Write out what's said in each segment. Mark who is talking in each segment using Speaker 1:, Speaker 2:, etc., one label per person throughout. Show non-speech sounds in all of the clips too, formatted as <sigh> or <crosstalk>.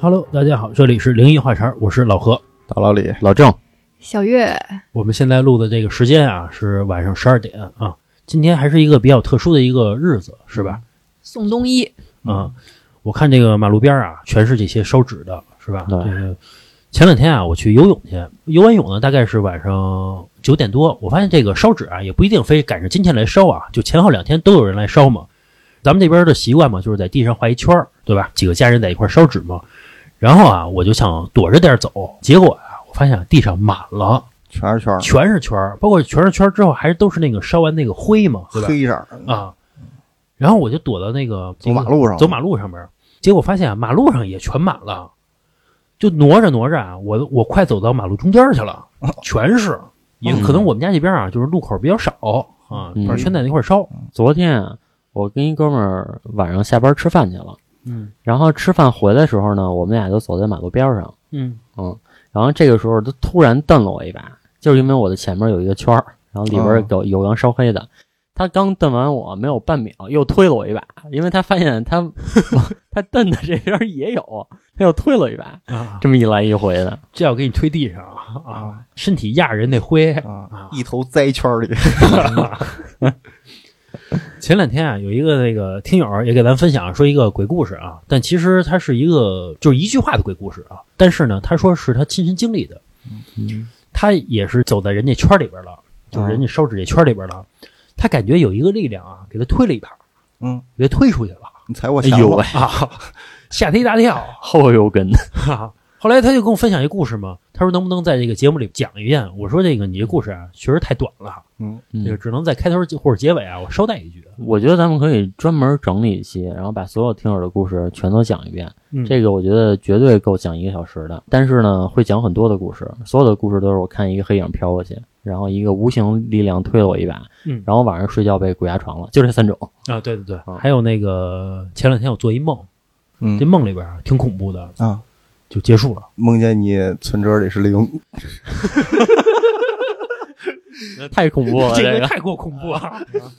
Speaker 1: Hello，大家好，这里是灵异话茬儿，我是老何。
Speaker 2: 大老李，
Speaker 3: 老郑，
Speaker 4: 小月，
Speaker 1: 我们现在录的这个时间啊是晚上十二点啊，今天还是一个比较特殊的一个日子，是吧？
Speaker 4: 宋冬一，
Speaker 1: 啊，我看这个马路边儿啊，全是这些烧纸的，是吧？
Speaker 3: 对
Speaker 1: 这个前两天啊，我去游泳去，游完泳呢，大概是晚上九点多，我发现这个烧纸啊，也不一定非赶上今天来烧啊，就前后两天都有人来烧嘛。咱们这边的习惯嘛，就是在地上画一圈儿，对吧？几个家人在一块儿烧纸嘛。然后啊，我就想躲着点儿走，结果啊，我发现啊地上满了，
Speaker 2: 全是圈儿，
Speaker 1: 全是圈儿，包括全是圈儿之后，还是都是那个烧完那个灰嘛，
Speaker 2: <laughs>
Speaker 1: 对吧？
Speaker 2: 黑色儿，
Speaker 1: 啊，然后我就躲到那个
Speaker 2: 走马路上
Speaker 1: 走马路上面儿，结果发现啊，马路上也全满了，就挪着挪着啊，我我快走到马路中间儿去了，全是，也可能我们家这边儿啊，就是路口比较少啊，
Speaker 3: 嗯
Speaker 1: 反正全在那块儿烧，
Speaker 3: 昨天啊我跟一哥们儿晚上下班吃饭去了，
Speaker 1: 嗯
Speaker 3: 然后吃饭回来的时候呢，我们俩就走在马路边上，
Speaker 1: 嗯，
Speaker 3: 嗯，然后这个时候他突然瞪了我一把，就是因为我的前面有一个圈儿，然后里边
Speaker 2: 哦
Speaker 3: 有有阳烧黑的，他刚瞪完我没有半秒，又推了我一把，因为他发现 <laughs> 他他瞪的这边也有，他又推了一把，
Speaker 1: 啊，
Speaker 3: 这么一来一回的，
Speaker 1: 这要给你推地上啊啊，身体压着人那灰，
Speaker 2: 啊，一头栽圈儿里，
Speaker 1: <laughs> 前两天啊，有一个那个听友也给咱分享说一个鬼故事啊，但其实它是一个就是一句话的鬼故事啊，但是呢，他说是他亲身经历的，
Speaker 3: 嗯
Speaker 1: 他也是走在人家圈里边了，就是人家烧纸这圈里边了，他感觉有一个力量啊，给他推了一把，
Speaker 2: 嗯，
Speaker 1: 给他推出去 <laughs> 了
Speaker 2: 你踩我
Speaker 3: 哎
Speaker 2: 下
Speaker 3: 呦
Speaker 2: 巴
Speaker 3: 喂，，
Speaker 1: 啊，吓他一大跳。 <laughs>
Speaker 3: 后有跟，
Speaker 1: 哈哈，后来他就跟我分享一故事嘛，他说能不能在这个节目里讲一遍？我说这个你这故事啊，确实太短了，
Speaker 2: 嗯，
Speaker 1: 这个
Speaker 3: 嗯
Speaker 1: 只能在开头或者结尾啊，我捎带一句。
Speaker 3: 我觉得咱们可以专门整理一期，然后把所有听友的故事全都讲一遍。
Speaker 1: 嗯
Speaker 3: 这个我觉得绝对够讲一个小时的，但是呢，会讲很多的故事，所有的故事都是我看一个黑影飘过去，然后一个无形力量推了我一把，
Speaker 1: 嗯
Speaker 3: 然后晚上睡觉被鬼压床了，就这三种。
Speaker 1: 啊，对对对，
Speaker 3: 啊
Speaker 1: 还有那个前两天我做一梦，
Speaker 2: 嗯
Speaker 1: 这梦里边啊挺恐怖的，
Speaker 2: 啊，
Speaker 1: 就结束了。
Speaker 2: 梦见你存折里是零，
Speaker 3: 太恐怖了，这
Speaker 1: 个
Speaker 3: 个
Speaker 1: 太过恐怖啊了。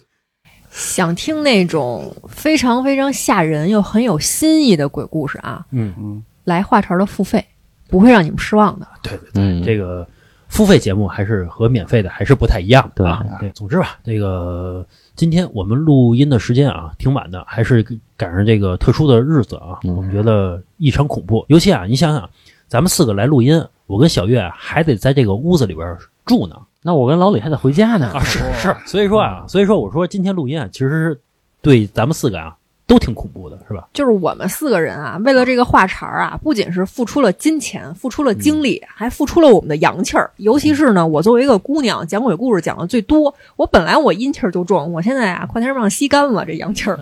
Speaker 4: 想听那种非常非常吓人又很有新意的鬼故事啊，
Speaker 1: 嗯，
Speaker 2: 嗯，
Speaker 4: 来话茬儿的付费，不会让你们失望的。
Speaker 1: 对对，
Speaker 3: <laughs> 嗯，
Speaker 1: 这个付费节目还是和免费的还是不太一样的啊。
Speaker 2: 对
Speaker 1: 对，总之吧，这个今天我们录音的时间啊挺晚的，还是赶上这个特殊的日子啊，
Speaker 3: 嗯
Speaker 1: 我们觉得异常恐怖。尤其啊，你想想，咱们四个来录音，我跟小月啊还得在这个屋子里边住
Speaker 3: <laughs>
Speaker 1: 呢。
Speaker 3: 那我跟老李还得回家呢。
Speaker 1: 啊，是是，所以说啊，所以说我说今天录音啊，其实对咱们四个啊都挺恐怖的，是吧？
Speaker 4: 就是我们四个人啊，为了这个话茬儿啊，不仅是付出了金钱，付出了精力，还付出了我们的阳气儿。尤其是呢，我作为一个姑娘，讲鬼故事讲的最多，我本来我阴气儿就重，我现在啊，快点让吸干了这阳气儿。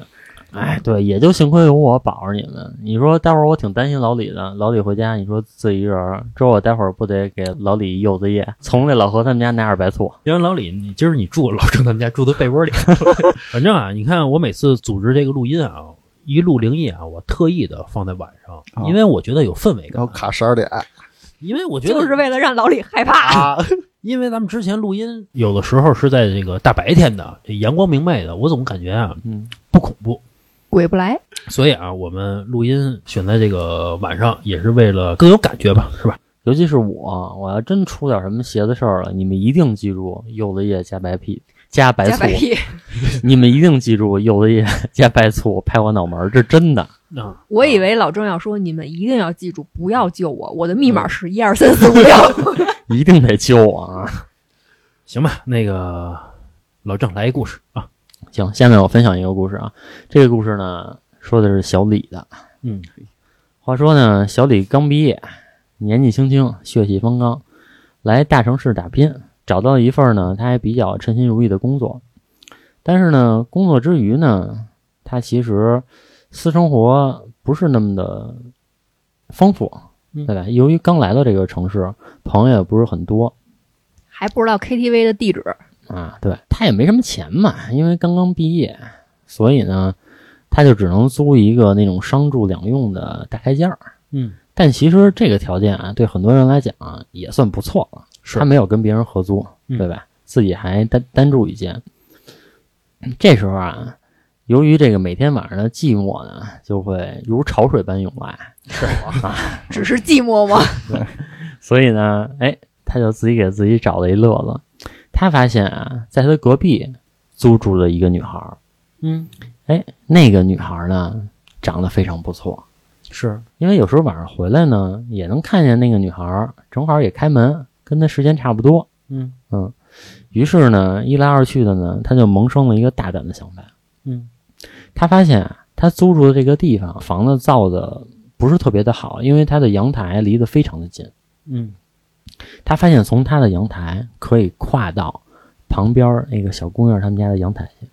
Speaker 3: 哎，对，也就幸亏有我保着你们。你说待会儿我挺担心老李的，老李回家，你说自己一人儿，这我待会儿不得给老李柚子叶，从那老何他们家拿点白醋。
Speaker 1: 因为老李，你今儿你住老郑他们家住的被窝里， <laughs> 反正啊，你看我每次组织这个录音啊，一录灵异啊，我特意的放在晚上，因为我觉得有氛围
Speaker 2: 然
Speaker 1: 感
Speaker 2: 后，卡十二点
Speaker 1: 因哦为我觉得
Speaker 4: 就是为了让老李害怕。
Speaker 2: 啊，
Speaker 1: <laughs> 因为咱们之前录音有的时候是在这个大白天的，这阳光明媚的，我总感觉啊
Speaker 3: 嗯，
Speaker 1: 不恐怖，
Speaker 4: 鬼不来，
Speaker 1: 所以啊，我们录音选在这个晚上也是为了更有感觉吧，是吧？
Speaker 3: 尤其是我，我要真出点什么邪的事儿了，你们一定记住柚子叶加白屁加白
Speaker 4: 加
Speaker 3: 醋，
Speaker 4: 百屁。
Speaker 3: 你们一定记住柚子叶 <laughs> 加白醋拍我脑门儿，这真的。
Speaker 1: 啊，
Speaker 4: 我
Speaker 2: 嗯
Speaker 4: 以为老郑要说你们一定要记住，不要救我，我的密
Speaker 2: 嗯
Speaker 4: 码是一二三四五六。 <laughs>
Speaker 3: 一定得救我啊！
Speaker 1: 行吧，那个老郑来一故事啊，
Speaker 3: 行，下面我分享一个故事啊。这个故事呢，说的是小李的。
Speaker 1: 嗯
Speaker 3: 话说呢，小李刚毕业，年纪轻轻，血气方刚，来大城市打拼，找到一份呢他还比较称心如意的工作。但是呢，工作之余呢，他其实私生活不是那么的丰富，
Speaker 1: 嗯
Speaker 3: 对吧？由于刚来到这个城市，朋友也不是很多
Speaker 4: 还不知道 KTV 的地址，
Speaker 3: 啊，对他也没什么钱嘛，因为刚刚毕业，所以呢，他就只能租一个那种商住两用的大开间儿。
Speaker 1: 嗯，
Speaker 3: 但其实这个条件啊，对很多人来讲啊，也算不错了。
Speaker 1: 是
Speaker 3: 他没有跟别人合租，
Speaker 1: 嗯
Speaker 3: 对吧？自己还单单住一间。这时候啊，由于这个每天晚上的寂寞呢，就会如潮水般涌来， <laughs> 啊
Speaker 4: 只是寂寞吗？ <laughs>
Speaker 3: 所以呢，哎，他就自己给自己找了一乐子。他发现啊，在他隔壁租住了一个女孩儿，
Speaker 1: 嗯，
Speaker 3: 哎，那个女孩儿呢长得非常不错，
Speaker 1: 是
Speaker 3: 因为有时候晚上回来呢，也能看见那个女孩儿，正好也开门，跟她时间差不多。
Speaker 1: 嗯
Speaker 3: 嗯，于是呢，一来二去的呢，他就萌生了一个大胆的想法。
Speaker 1: 嗯，
Speaker 3: 他发现啊，他租住的这个地方房子造的不是特别的好，因为他的阳台离得非常的近。
Speaker 1: 嗯
Speaker 3: 他发现从他的阳台可以跨到旁边儿那个小姑娘他们家的阳台去，嗯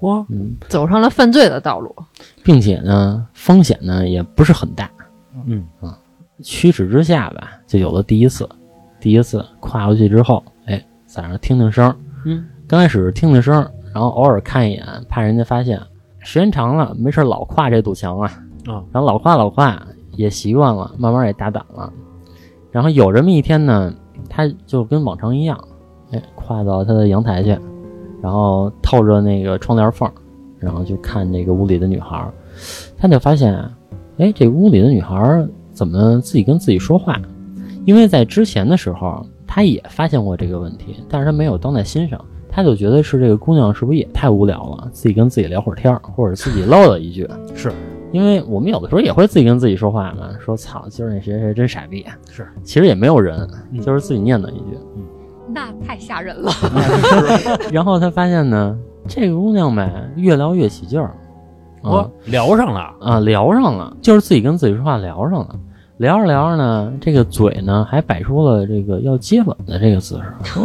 Speaker 1: 哇，
Speaker 4: 走上了犯罪的道路，
Speaker 3: 并且呢，风险呢也不是很大。
Speaker 1: 嗯
Speaker 3: 驱使之下吧，就有了第一次。第一次跨过去之后，哎，在那儿听听声儿。
Speaker 1: 嗯，
Speaker 3: 刚开始听听声儿，然后偶尔看一眼，怕人家发现。时间长了，没事儿老跨这堵墙啊。
Speaker 1: 啊，
Speaker 3: 然后老跨老跨也习惯了，慢慢也大胆了。然后有这么一天呢，他就跟往常一样，哎，跨到他的阳台去，然后透着那个窗帘缝儿，然后就看这个屋里的女孩儿。他就发现，哎，这屋里的女孩儿怎么自己跟自己说话？因为在之前的时候，他也发现过这个问题，但是他没有当在心上。他就觉得是这个姑娘是不是也太无聊了，自己跟自己聊会儿天儿，或者自己唠叨一句，
Speaker 1: 是
Speaker 3: 因为我们有的时候也会自己跟自己说话嘛，说操，今儿那谁谁真傻逼，
Speaker 1: 是，
Speaker 3: 其实也没有人，
Speaker 1: 嗯
Speaker 3: 就是自己念叨一句。
Speaker 4: 那太吓人了。
Speaker 1: 嗯
Speaker 3: 然后他发现呢，这个姑娘呗，越聊越起劲儿，
Speaker 1: 我
Speaker 3: 啊、
Speaker 1: 哦聊上了，
Speaker 3: 啊，聊上了，就是自己跟自己说话聊上了，聊着聊着呢，这个嘴呢还摆出了这个要接吻的这个姿势，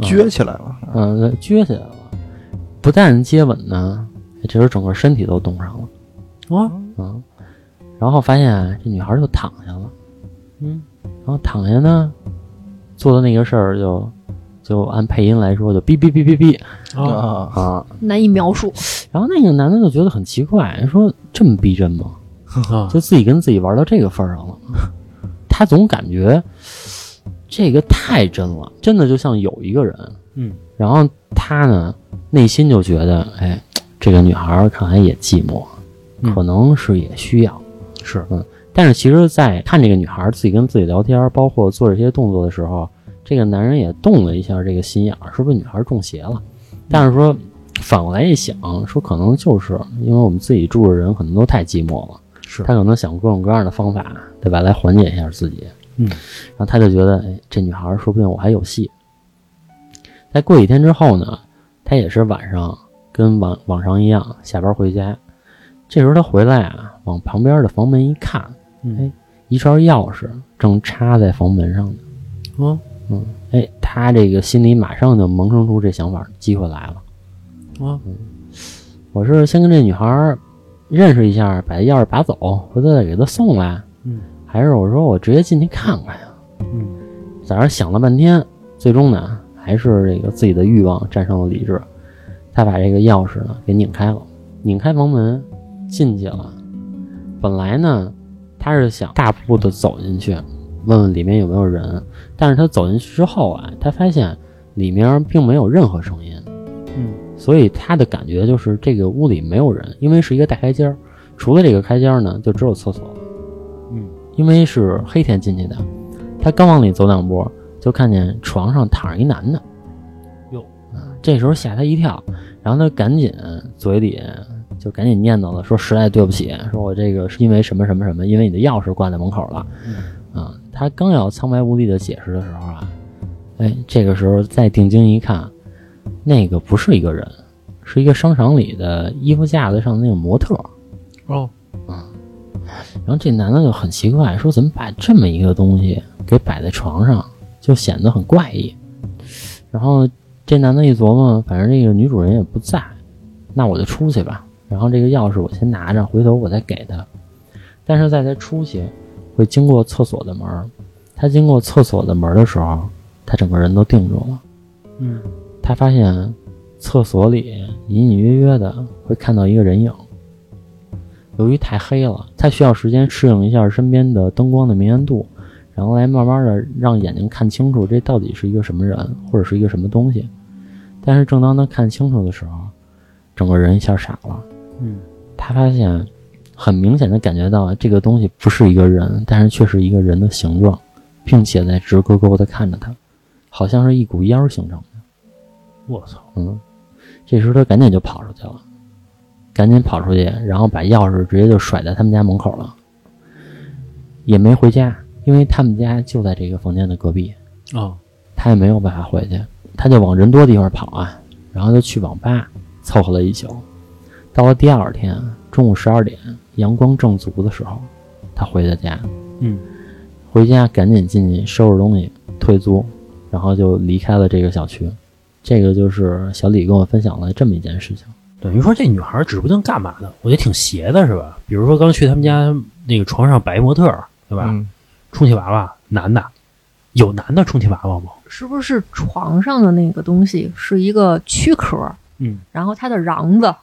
Speaker 2: 撅起来了，
Speaker 3: 嗯、撅起来了，不但接吻呢，这时候整个身体都冻上了。
Speaker 1: 哇，
Speaker 3: 啊，然后发现啊这女孩儿就躺下了，
Speaker 1: 嗯，
Speaker 3: 然后躺下呢，做的那个事儿就就按配音来说就哔哔哔哔哔
Speaker 1: 啊，
Speaker 2: 啊，
Speaker 3: 啊，
Speaker 4: 难以描述，
Speaker 3: 然后那个男的就觉得很奇怪，说这么逼真吗？
Speaker 1: 啊
Speaker 3: 就自己跟自己玩到这个份儿上了吗，他总感觉这个太真了，真的就像有一个人，
Speaker 1: 嗯，
Speaker 3: 然后他呢内心就觉得，哎，这个女孩儿看来也寂寞，
Speaker 1: 嗯
Speaker 3: 可能是也需要。嗯
Speaker 1: 是，
Speaker 3: 但是其实，在看这个女孩自己跟自己聊天，包括做这些动作的时候，这个男人也动了一下这个心眼儿，是不是女孩中邪了？但是说反过来一想，说可能就是因为我们自己住的人可能都太寂寞了，
Speaker 1: 是
Speaker 3: 他可能想各种各样的方法，对吧，来缓解一下自己。
Speaker 1: 嗯，
Speaker 3: 然后他就觉得，哎，这女孩说不定我还有戏。在过几天之后呢，他也是晚上跟往往常一样下班回家，这时候他回来啊，往旁边的房门一看。
Speaker 1: 嗯
Speaker 3: 一串钥匙正插在房门上呢。
Speaker 1: 哦，
Speaker 3: 嗯，哎，他这个心里马上就萌生出这想法，机会来了。
Speaker 1: 哦
Speaker 3: 嗯，我是先跟这女孩儿认识一下，把这钥匙拔走，回头再给她送来。
Speaker 1: 嗯，
Speaker 3: 还是我说我直接进去看看呀？
Speaker 1: 嗯
Speaker 3: 在那儿想了半天，最终呢，还是这个自己的欲望战胜了理智，他把这个钥匙呢给拧开了，拧开房门进去了。本来呢，他是想大步的走进去，问问里面有没有人，但是他走进去之后啊，他发现里面并没有任何声音，
Speaker 1: 嗯
Speaker 3: 所以他的感觉就是这个屋里没有人，因为是一个大开间儿，除了这个开间儿呢，就只有厕所了。
Speaker 1: 嗯，
Speaker 3: 因为是黑天进去的，他刚往里走两步，就看见床上躺着一男的。
Speaker 1: 哟
Speaker 3: 啊，这时候吓他一跳，然后他赶紧嘴里就赶紧念叨了，说实在对不起，说我这个是因为什么什么什么，因为你的钥匙挂在门口了。啊，他刚要苍白无力的解释的时候啊，哎，这个时候再定睛一看，那个不是一个人，是一个商场里的衣服架子上的那个模特儿。
Speaker 1: 哦，
Speaker 3: 然后这男的就很奇怪，说怎么把这么一个东西给摆在床上，就显得很怪异。然后这男的一琢磨，反正这个女主人也不在，那我就出去吧。然后这个钥匙我先拿着，回头我再给她。但是在他出去，会经过厕所的门儿。他经过厕所的门儿的时候，他整个人都定住了。
Speaker 1: 嗯
Speaker 3: 他发现厕所里隐隐约约的会看到一个人影。由于太黑了，他需要时间适应一下身边的灯光的明暗度，然后来慢慢的让眼睛看清楚这到底是一个什么人或者是一个什么东西。但是正当他看清楚的时候，整个人一下傻了。
Speaker 2: 嗯，
Speaker 3: 他发现很明显的感觉到这个东西不是一个人，但是却是一个人的形状，并且在直勾勾的看着他，好像是一股烟儿形成。
Speaker 1: 我操，
Speaker 3: 嗯，这时候他赶紧就跑出去了，赶紧跑出去，然后把钥匙直接就甩在他们家门口了，也没回家，因为他们家就在这个房间的隔壁，
Speaker 1: 啊
Speaker 3: 他也没有办法回去，他就往人多地方跑啊，然后就去网吧凑合了一宿。到了第二天中午十二点，阳光正足的时候，他回的家，
Speaker 1: 嗯，
Speaker 3: 回家赶紧进去收拾东西退租，然后就离开了这个小区。这个就是小李跟我分享了这么一件事情。
Speaker 1: 等于说这女孩儿指不定干嘛的，我觉得挺邪的是吧？比如说刚去他们家那个床上摆一模特儿，对吧？
Speaker 2: 嗯，
Speaker 1: 充气娃娃，男的，有男的充气娃娃吗？
Speaker 4: 是不是床上的那个东西是一个躯壳？
Speaker 1: 嗯，
Speaker 4: 然后它的瓤子
Speaker 2: 哇，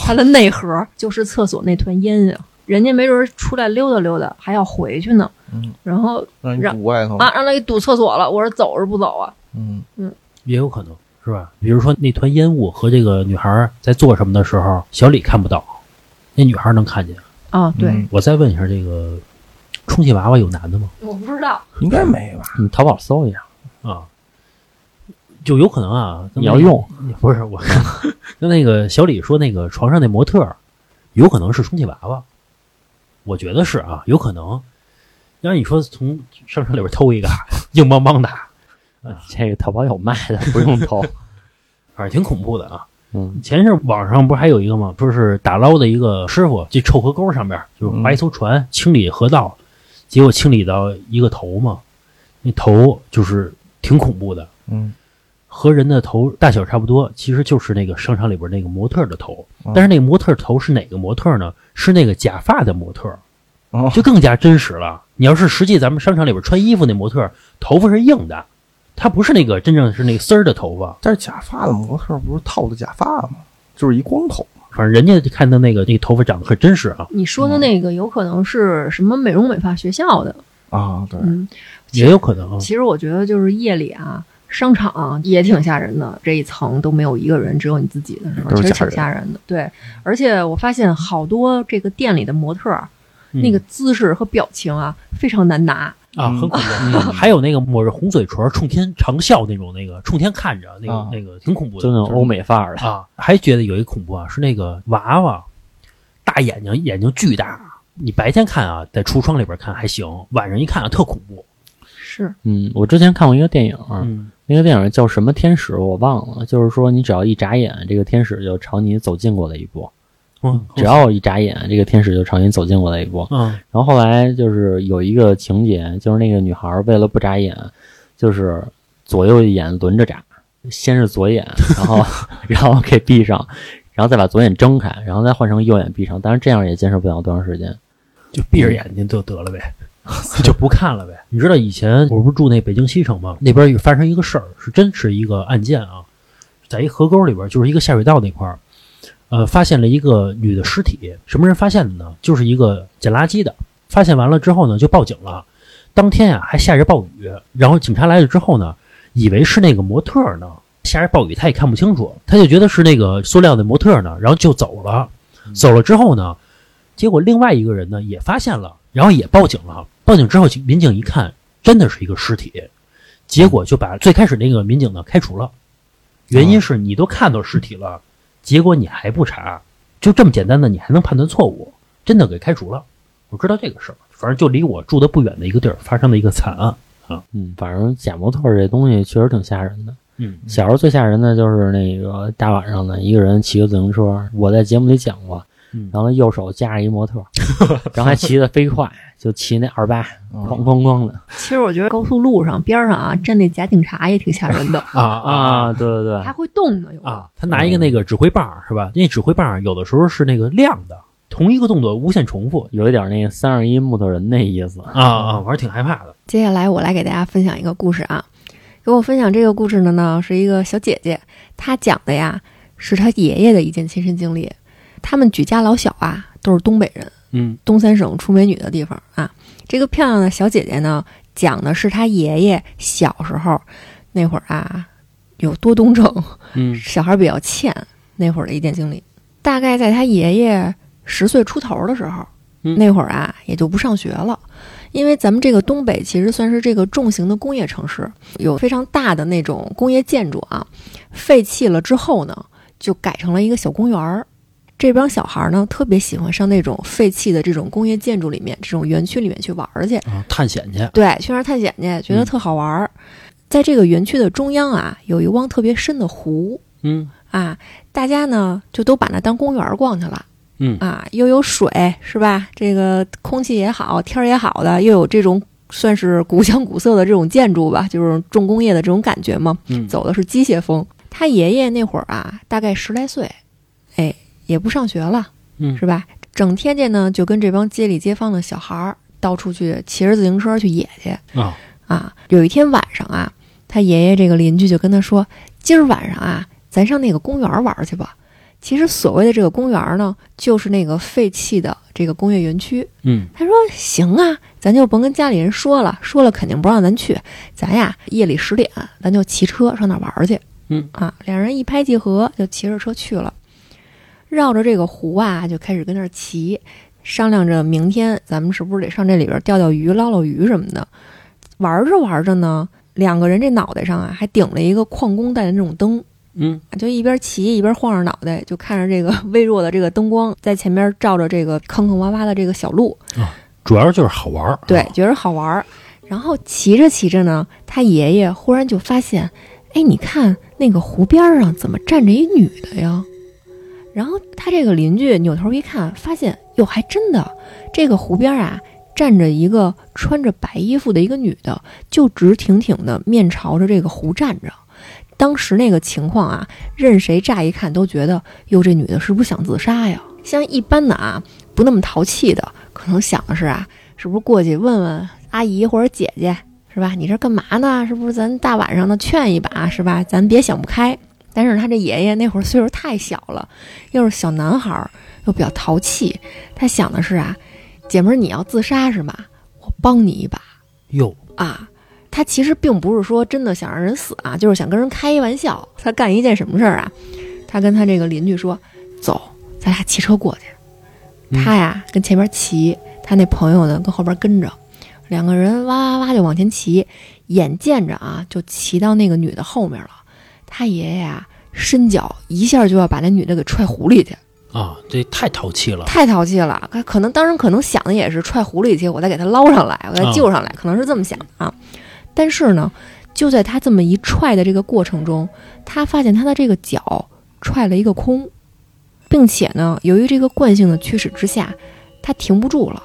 Speaker 4: 它的内核就是厕所那团烟呀。人家没准儿出来溜达溜达，还要回去呢。
Speaker 2: 嗯，
Speaker 4: 然后
Speaker 2: 让你堵外头了
Speaker 4: 啊，让他给堵厕所了。我说走是不走啊？
Speaker 2: 嗯，
Speaker 1: 也有可能是吧？比如说那团烟雾和这个女孩儿在做什么的时候，小李看不到，那女孩儿能看见。
Speaker 4: 啊，对，
Speaker 2: 嗯
Speaker 1: 我再问一下，这个充气娃娃有男的吗？
Speaker 4: 我不知道。
Speaker 2: 应该没吧？
Speaker 3: 你嗯淘宝搜一下，
Speaker 1: 啊，就有可能啊。跟
Speaker 3: 你要
Speaker 1: 那个
Speaker 3: 用
Speaker 1: <laughs> 不是
Speaker 3: <laughs>
Speaker 1: 我，跟那个小李说那个床上那模特儿，有可能是充气娃娃，我觉得是啊，有可能。要是你说从商场里边偷一个硬邦邦的，
Speaker 3: 这个淘宝有卖的，不用 <laughs> 投。
Speaker 1: 反正挺恐怖的啊。
Speaker 3: 嗯
Speaker 1: 前一阵网上不是还有一个吗？说是打捞的一个师傅，这臭河沟上边
Speaker 3: 嗯
Speaker 1: 就是划一艘船清理河道，结果清理到一个头嘛，那头就是挺恐怖的，
Speaker 2: 嗯，
Speaker 1: 和人的头大小差不多，其实就是那个商场里边那个模特的头
Speaker 2: 哦，
Speaker 1: 但是那个模特头是哪个模特呢？是那个假发的模特，
Speaker 2: 哦，
Speaker 1: 就更加真实了。你要是实际咱们商场里边穿衣服那模特，头发是硬的，它不是那个真正是那个丝儿的头发，
Speaker 2: 但是假发的模特不是套的假发吗？就是一光头，
Speaker 1: 反正人家看到那个那个头发长得很真实啊，
Speaker 4: 你说的那个有可能是什么美容美发学校的？
Speaker 2: 啊，对
Speaker 4: 嗯，
Speaker 1: 也有可能啊。
Speaker 4: 其实我觉得就是夜里啊，商场啊也挺吓人的，这一层都没有一个人，只有你自己的时候，
Speaker 2: 都是
Speaker 4: 其实
Speaker 2: 假
Speaker 4: 挺
Speaker 2: 人
Speaker 4: 吓人的。对，而且我发现好多这个店里的模特儿，
Speaker 1: 嗯
Speaker 4: 那个姿势和表情啊非常难拿。
Speaker 1: 啊，很恐
Speaker 4: <laughs>
Speaker 1: 怖。还有那个抹着红嘴唇冲天长笑那种，那个冲天看着那个、
Speaker 2: 啊
Speaker 1: 那个挺恐怖的，
Speaker 3: 就那种
Speaker 1: 是
Speaker 3: 欧美范儿的，
Speaker 1: 啊。还觉得有一恐怖啊，是那个娃娃，大眼睛，眼睛巨大。你白天看啊，在橱窗里边看还行，晚上一看啊，特恐怖。
Speaker 4: 是，
Speaker 3: 嗯，我之前看过一个电影，
Speaker 1: 嗯
Speaker 3: 那个电影叫什么天使我忘了，就是说你只要一眨眼，这个天使就朝你走近过来一步，
Speaker 1: 嗯，
Speaker 3: 只要一眨眼，这个天使就朝你走近过来一步。
Speaker 1: 嗯
Speaker 3: 然后后来就是有一个情节，就是那个女孩为了不眨眼，就是左右一眼轮着眨，先是左眼，
Speaker 1: <laughs>
Speaker 3: 然后然后给闭上，然后再把左眼睁开，然后再换成右眼闭上。但是这样也坚持不了多长时间。
Speaker 1: 就闭着眼睛就得了呗， <laughs> 就不看了呗。你知道以前我不是住那北京西城吗？那边有发生一个事儿，是真是一个案件啊，在一河沟里边，就是一个下水道那块儿，呃，发现了一个女的尸体。什么人发现的呢？就是一个捡垃圾的。发现完了之后呢，就报警了。当天啊，还下着暴雨，然后警察来了之后呢，以为是那个模特儿呢，下着暴雨他也看不清楚，他就觉得是那个塑料的模特儿呢，然后就走了。走了之后呢，结果另外一个人呢也发现了，然后也报警了。报警之后，警民警一看，真的是一个尸体，结果就把最开始那个民警呢开除了。原因是你都看到尸体了，结果你还不查，就这么简单的，你还能判断错误，真的给开除了。我知道这个事儿，反正就离我住的不远的一个地儿发生了一个惨案。
Speaker 3: 嗯，反正假模特儿这东西确实挺吓人的。
Speaker 1: 嗯
Speaker 3: 小时候最吓人的就是那个大晚上的一个人骑个自行车，我在节目里讲过，
Speaker 1: 嗯，
Speaker 3: 然后右手夹着一模特儿，然后还骑得飞快，就骑那二八，
Speaker 2: 嗯
Speaker 3: 咣咣咣的
Speaker 4: 其实我觉得高速路上边上啊站那假警察也挺吓人的
Speaker 1: 啊啊
Speaker 3: 啊！对对对
Speaker 4: 还，会动呢，有的
Speaker 1: 啊！他拿一个那个指挥棒儿是吧？那指挥棒儿有的时候是那个亮的，同一个动作无限重复
Speaker 3: 有一点那个三二一木头人那意思。
Speaker 1: 啊啊！反正挺害怕的。
Speaker 4: 接下来我来给大家分享一个故事啊，给我分享这个故事的呢是一个小姐姐，她讲的呀是她爷爷的一件亲身经历。他们举家老小啊都是东北人，
Speaker 1: 嗯，
Speaker 4: 东三省出美女的地方啊。这个漂亮的小姐姐呢，讲的是她爷爷小时候那会儿啊有多动症，
Speaker 3: 嗯
Speaker 4: 小孩比较欠，那会儿的一店经理，大概在他爷爷十岁出头的时候，
Speaker 3: 嗯
Speaker 4: 那会儿啊也就不上学了，因为咱们这个东北其实算是这个重型的工业城市，有非常大的那种工业建筑啊，废弃了之后呢，就改成了一个小公园儿。这帮小孩儿呢，特别喜欢上那种废弃的这种工业建筑里面、这种园区里面去玩儿去。
Speaker 1: 啊，探险去，
Speaker 4: 对，去那儿探险去，觉得
Speaker 1: 嗯
Speaker 4: 特好玩儿。在这个园区的中央啊，有一汪特别深的湖
Speaker 1: 嗯
Speaker 4: 啊，大家呢就都把那当公园儿逛去了。
Speaker 1: 嗯
Speaker 4: 啊，又有水是吧？这个空气也好，天儿也好的，又有这种算是古香古色的这种建筑吧，就是重工业的这种感觉嘛。
Speaker 1: 嗯，
Speaker 4: 走的是机械风。他爷爷那会儿啊，大概十来岁，哎，也不上学了，
Speaker 1: 嗯
Speaker 4: 是吧？整天这呢就跟这帮街里街坊的小孩儿到处去骑着自行车去野去
Speaker 1: 啊
Speaker 4: 啊。有一天晚上啊，他爷爷这个邻居就跟他说：“今儿晚上啊，咱上那个公园玩儿去吧。”其实所谓的这个公园呢，就是那个废弃的这个工业园区。
Speaker 1: 嗯
Speaker 4: 他说：“行啊，咱就甭跟家里人说了，说了肯定不让咱去。咱呀，夜里十点，咱就骑车上那儿玩儿去。”
Speaker 1: 嗯
Speaker 4: 啊，两人一拍即合，就骑着车去了，绕着这个湖啊，就开始跟那儿骑，商量着明天咱们是不是得上这里边钓钓鱼、捞捞鱼什么的。玩着玩着呢，两个人这脑袋上啊，还顶了一个矿工带的那种灯。
Speaker 1: 嗯
Speaker 4: 就一边骑一边晃着脑袋，就看着这个 <laughs> 微弱的这个灯光在前面照着这个坑坑洼洼的这个小路，
Speaker 1: 主要就是好玩儿，
Speaker 4: 对，觉得好玩儿。然后骑着骑着呢，他爷爷忽然就发现，哎，你看那个湖边儿上啊怎么站着一女的呀？然后他这个邻居扭头一看，发现哟，还真的，这个湖边儿啊站着一个穿着白衣服的一个女的，就直挺挺的面朝着这个湖啊站着。当时那个情况啊，任谁乍一看都觉得，哟，这女的是不是想自杀呀？像一般的啊，不那么淘气的，可能想的是啊，是不是过去问问阿姨或者姐姐，是吧？你这干嘛呢？是不是咱大晚上的劝一把，是吧？咱别想不开。但是他这爷爷那会儿岁数太小了，又是小男孩儿，又比较淘气，他想的是啊，姐们儿你要自杀是吧？我帮你一把
Speaker 1: 哟，
Speaker 4: 啊。他其实并不是说真的想让人死啊，就是想跟人开一玩笑。他干一件什么事儿啊？他跟他这个邻居说：“走，咱俩骑车过去。”
Speaker 1: 嗯
Speaker 4: 他呀跟前边骑，他那朋友呢跟后边跟着，两个人哇哇哇就往前骑，眼见着啊就骑到那个女的后面了。他爷爷啊伸脚一下就要把那女的给踹湖里去，
Speaker 1: 啊，这太淘气了，
Speaker 4: 太淘气了。他可能当时可能想的也是踹湖里去，我再给他捞上来，我再
Speaker 1: 啊
Speaker 4: 救上来，可能是这么想的啊。但是呢，就在他这么一踹的这个过程中，他发现他的这个脚踹了一个空，并且呢，由于这个惯性的驱使之下，他停不住了。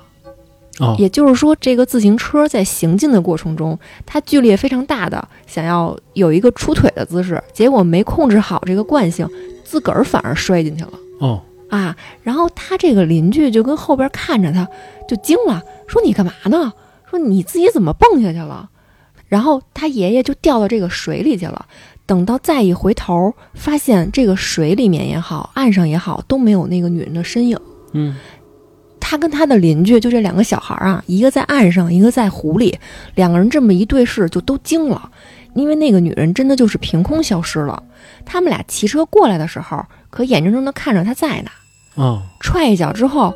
Speaker 1: 哦
Speaker 4: 也就是说，这个自行车在行进的过程中，它剧烈非常大的想要有一个出腿的姿势，结果没控制好这个惯性，自个儿反而摔进去了。
Speaker 1: 哦，
Speaker 4: 啊，然后他这个邻居就跟后边看着他，就惊了，说你干嘛呢？说你自己怎么蹦下去了？然后他爷爷就掉到这个水里去了。等到再一回头，发现这个水里面也好，岸上也好，都没有那个女人的身影。
Speaker 1: 嗯
Speaker 4: 他跟他的邻居，就这两个小孩儿啊，一个在岸上，一个在湖里，两个人这么一对视，就都惊了，因为那个女人真的就是凭空消失了。他们俩骑车过来的时候，可眼睁睁的看着她在呢。
Speaker 1: 哦，
Speaker 4: 踹一脚之后，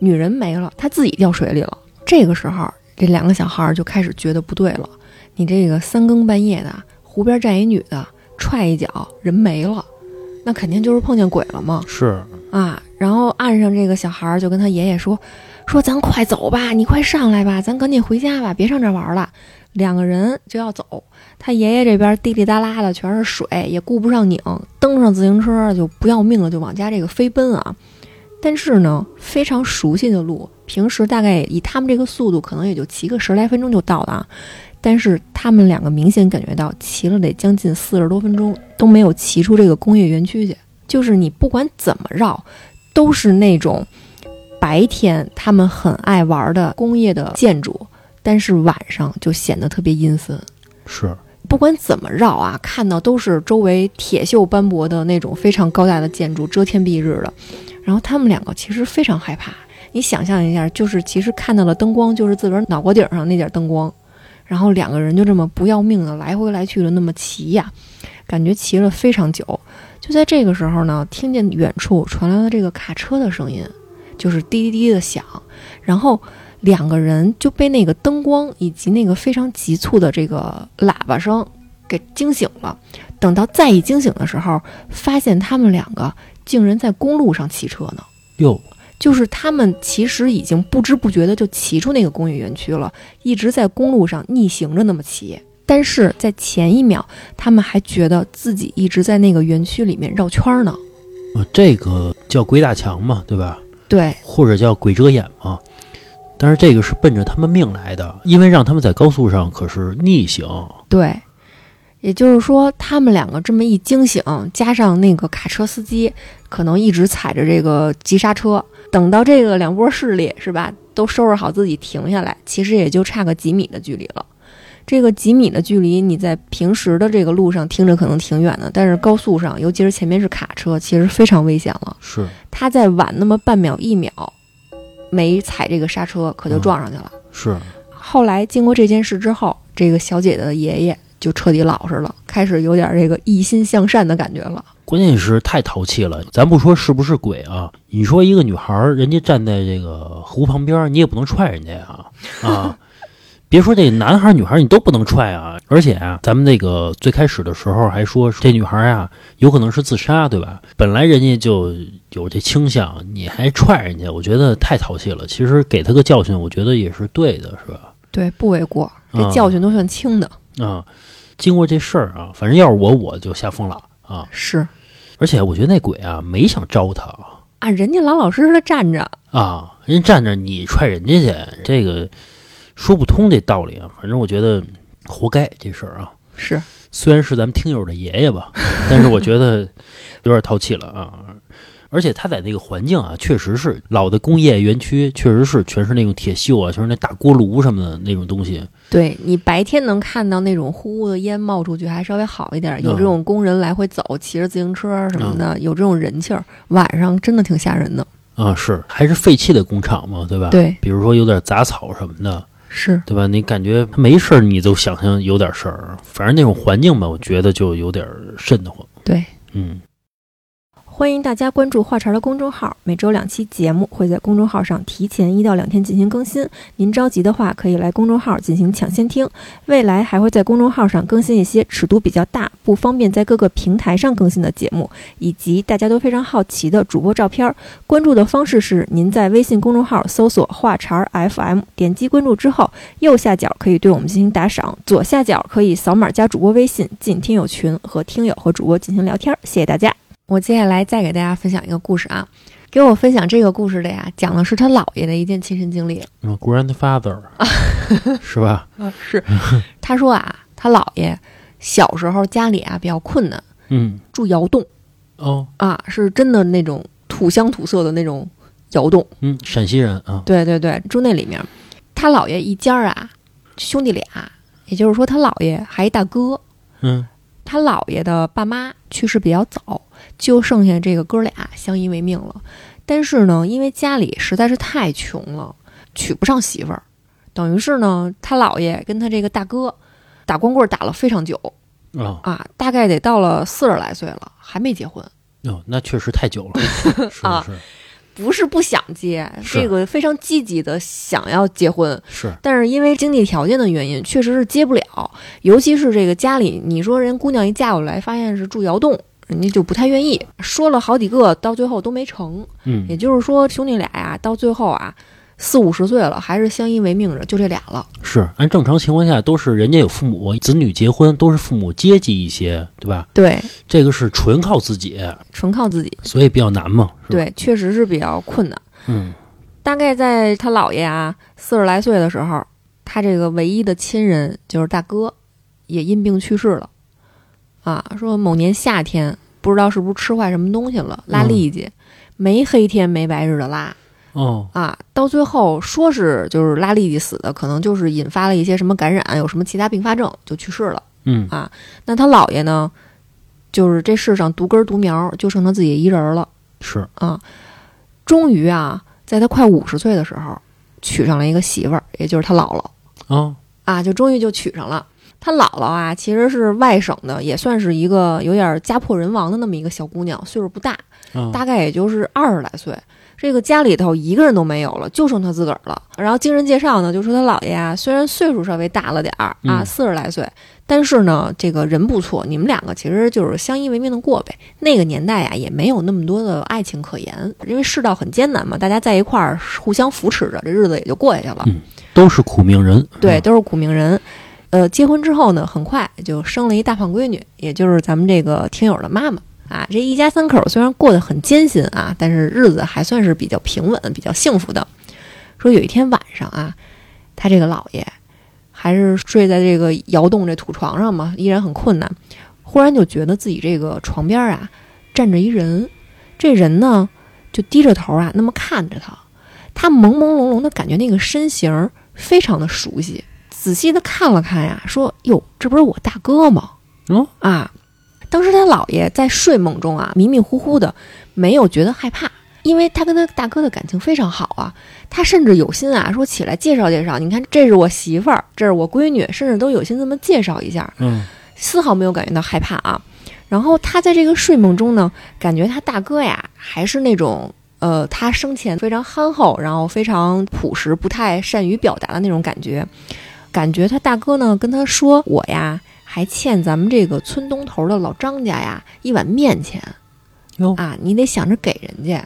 Speaker 4: 女人没了，他自己掉水里了。这个时候，这两个小孩儿就开始觉得不对了。你这个三更半夜的，湖边站一女的，踹一脚，人没了，那肯定就是碰见鬼了嘛
Speaker 1: 是，
Speaker 4: 啊！然后岸上这个小孩儿就跟他爷爷说：“说咱快走吧，你快上来吧，咱赶紧回家吧，别上这玩儿了。”两个人就要走，他爷爷这边滴滴答啦的全是水，也顾不上拧，蹬上自行车就不要命了，就往家这个飞奔啊。但是呢，非常熟悉的路，平时大概以他们这个速度，可能也就骑个十来分钟就到了啊。但是他们两个明显感觉到骑了得将近四十多分钟，都没有骑出这个工业园区去。就是你不管怎么绕，都是那种白天他们很爱玩的工业的建筑，但是晚上就显得特别阴森。
Speaker 1: 是，
Speaker 4: 不管怎么绕啊，看到都是周围铁锈斑驳的那种非常高大的建筑，遮天蔽日的。然后他们两个其实非常害怕。你想象一下，就是其实看到了灯光，就是自个儿脑瓜顶上那点灯光，然后两个人就这么不要命的来回来去的那么骑呀、感觉骑了非常久，就在这个时候呢，听见远处传来了这个卡车的声音，就是滴滴滴的响，然后两个人就被那个灯光以及那个非常急促的这个喇叭声给惊醒了。等到再一惊醒的时候，发现他们两个竟然在公路上骑车呢。
Speaker 1: 哟，
Speaker 4: 就是他们其实已经不知不觉的就骑出那个工业园区了，一直在公路上逆行着那么骑。但是在前一秒，他们还觉得自己一直在那个园区里面绕圈儿呢。
Speaker 1: 呃这个叫鬼打墙嘛，对吧？
Speaker 4: 对，
Speaker 1: 或者叫鬼遮眼嘛。但是这个是奔着他们命来的，因为让他们在高速上可是逆行，
Speaker 4: 对，也就是说，他们两个这么一惊醒，加上那个卡车司机可能一直踩着这个急刹车，等到这个两波势力是吧，都收拾好自己停下来，其实也就差个几米的距离了。这个几米的距离，你在平时的这个路上听着可能挺远的，但是高速上，尤其是前面是卡车，其实非常危险了。
Speaker 1: 是
Speaker 4: 他再晚那么半秒一秒，没踩这个刹车，可就
Speaker 1: 嗯
Speaker 4: 撞上去了。
Speaker 1: 是，
Speaker 4: 后来经过这件事之后，这个小姐的爷爷就彻底老实了，开始有点这个一心向善的感觉了。
Speaker 1: 关键是太淘气了。咱不说是不是鬼啊，你说一个女孩儿，人家站在这个湖旁边儿，你也不能踹人家呀啊！ <laughs> 别说这男孩儿女孩儿，你都不能踹啊！而且啊，咱们那个最开始的时候还说这女孩儿啊，有可能是自杀，对吧？本来人家就有这倾向，你还踹人家，我觉得太淘气了。其实给她个教训，我觉得也是对的，是吧？
Speaker 4: 对，不为过，这
Speaker 1: 嗯
Speaker 4: 教训都算轻的。
Speaker 1: 啊，经过这事儿啊，反正要是我，我就吓疯了啊！
Speaker 4: 是
Speaker 1: 而且我觉得那鬼啊，没想招他
Speaker 4: 啊，人家老老实实的站着，
Speaker 1: 啊，人家站着你踹人家去，这个说不通这道理啊。反正我觉得活该这事儿啊，
Speaker 4: 是
Speaker 1: 虽然是咱们听友的爷爷吧，但是我觉得有点淘气了啊。而且他在那个环境啊，确实是老的工业园区，确实是全是那种铁锈啊，全是那大锅炉什么的那种东西。
Speaker 4: 对你白天能看到那种呼呼的烟冒出去，还稍微好一点，有
Speaker 1: 嗯
Speaker 4: 这种工人来回走，骑着自行车什么的，有这种人气儿，晚上真的挺吓人的。
Speaker 1: 啊，是还是废弃的工厂嘛，对吧？，
Speaker 4: 对，
Speaker 1: 比如说有点杂草什么的，
Speaker 4: 是
Speaker 1: 对吧？你感觉他没事儿，你就想象有点事儿，啊反正那种环境吧，我觉得就有点儿瘆得慌。
Speaker 4: 对。
Speaker 1: 嗯，
Speaker 4: 欢迎大家关注话茬儿的公众号，每周两期节目会在公众号上提前一到两天进行更新。您着急的话，可以来公众号进行抢先听。未来还会在公众号上更新一些尺度比较大、不方便在各个平台上更新的节目，以及大家都非常好奇的主播照片儿。关注的方式是您在微信公众号搜索“话茬儿 FM”，点击关注之后，右下角可以对我们进行打赏，左下角可以扫码加主播微信进听友群，和听友和主播进行聊天儿。谢谢大家。我接下来再给大家分享一个故事啊，给我分享这个故事的呀，讲的是他姥爷的一件亲身经历。
Speaker 1: 嗯，grandfather 是吧？
Speaker 4: 啊，是，他说啊，他姥爷小时候家里啊比较困难，
Speaker 1: 嗯，
Speaker 4: 住窑洞
Speaker 1: 哦，
Speaker 4: 啊，是真的那种土乡土色的那种窑洞。
Speaker 1: 嗯，陕西人啊，
Speaker 4: 对对对，住那里面，他姥爷一家儿啊，兄弟俩，也就是说他姥爷还一大哥，
Speaker 1: 嗯，
Speaker 4: 他姥爷的爸妈去世比较早，就剩下这个哥俩相依为命了。但是呢，因为家里实在是太穷了，娶不上媳妇儿，等于是呢，他姥爷跟他这个大哥打光棍打了非常久
Speaker 1: 哦，
Speaker 4: 啊，大概得到了四十来岁了，还没结婚。
Speaker 1: 哦，那确实太久了，是
Speaker 4: 啊
Speaker 1: 是
Speaker 4: 不是不想结，
Speaker 1: 是
Speaker 4: 这个非常积极的想要结婚，
Speaker 1: 是，
Speaker 4: 但是因为经济条件的原因，确实是接不了。尤其是这个家里，你说人姑娘一嫁过来，发现是住窑洞，人家就不太愿意。说了好几个，到最后都没成。
Speaker 1: 嗯
Speaker 4: 也就是说，兄弟俩呀、到最后啊，四五十岁了，还是相依为命着，就这俩了。
Speaker 1: 是。按正常情况下都是人家有父母，子女结婚都是父母接济一些，对吧？
Speaker 4: 对，
Speaker 1: 这个是纯靠自己，
Speaker 4: 纯靠自己。
Speaker 1: 所以比较难嘛。是吧，
Speaker 4: 对，确实是比较困难。
Speaker 1: 嗯
Speaker 4: 大概在他姥爷啊四十来岁的时候，他这个唯一的亲人就是大哥，也因病去世了。啊，说某年夏天，不知道是不是吃坏什么东西了，拉痢疾，没黑天没白日的拉
Speaker 1: 哦
Speaker 4: 啊，到最后说是就是拉痢疾死的，可能就是引发了一些什么感染，有什么其他并发症就去世了。
Speaker 1: 嗯
Speaker 4: 那他姥爷呢，就是这世上独根独苗，就剩他自己一人了。
Speaker 1: 是
Speaker 4: 啊，终于啊，在他快五十岁的时候，娶上了一个媳妇儿，也就是他姥姥
Speaker 1: 哦
Speaker 4: 啊，就终于就娶上了。她姥姥啊，其实是外省的，也算是一个有点家破人亡的那么一个小姑娘，岁数不大，
Speaker 5: 嗯
Speaker 4: 大概也就是二十来岁。这个家里头一个人都没有了，就剩她自个儿了。然后经人介绍呢，就说她姥爷啊，虽然岁数稍微大了点儿啊，
Speaker 5: 嗯
Speaker 4: 四十来岁，但是呢，这个人不错。你们两个其实就是相依为命的过呗。那个年代啊，也没有那么多的爱情可言，因为世道很艰难嘛，大家在一块儿互相扶持着，这日子也就过下去了。
Speaker 1: 嗯都是苦命人。
Speaker 4: 对，都是苦命人。呃，结婚之后呢，很快就生了一大胖闺女，也就是咱们这个听友的妈妈啊。这一家三口虽然过得很艰辛啊，但是日子还算是比较平稳、比较幸福的。说有一天晚上啊，他这个姥爷还是睡在这个窑洞这土床上嘛，依然很困难。忽然就觉得自己这个床边啊站着一人，这人呢就低着头啊那么看着他，他朦朦胧胧的感觉那个身形儿非常的熟悉，仔细的看了看呀，说：“哟，这不是我大哥吗？”
Speaker 5: 嗯
Speaker 4: 啊，当时他姥爷在睡梦中啊，迷迷糊糊的，没有觉得害怕，因为他跟他大哥的感情非常好啊。他甚至有心啊，说起来介绍介绍，你看这是我媳妇儿，这是我闺女，甚至都有心这么介绍一下。
Speaker 5: 嗯
Speaker 4: 丝毫没有感觉到害怕啊。然后他在这个睡梦中呢，感觉他大哥呀还是那种呃，他生前非常憨厚，然后非常朴实，不太善于表达的那种感觉。感觉他大哥呢跟他说：“我呀还欠咱们这个村东头的老张家呀一碗面钱
Speaker 1: 哟
Speaker 4: 啊，你得想着给人家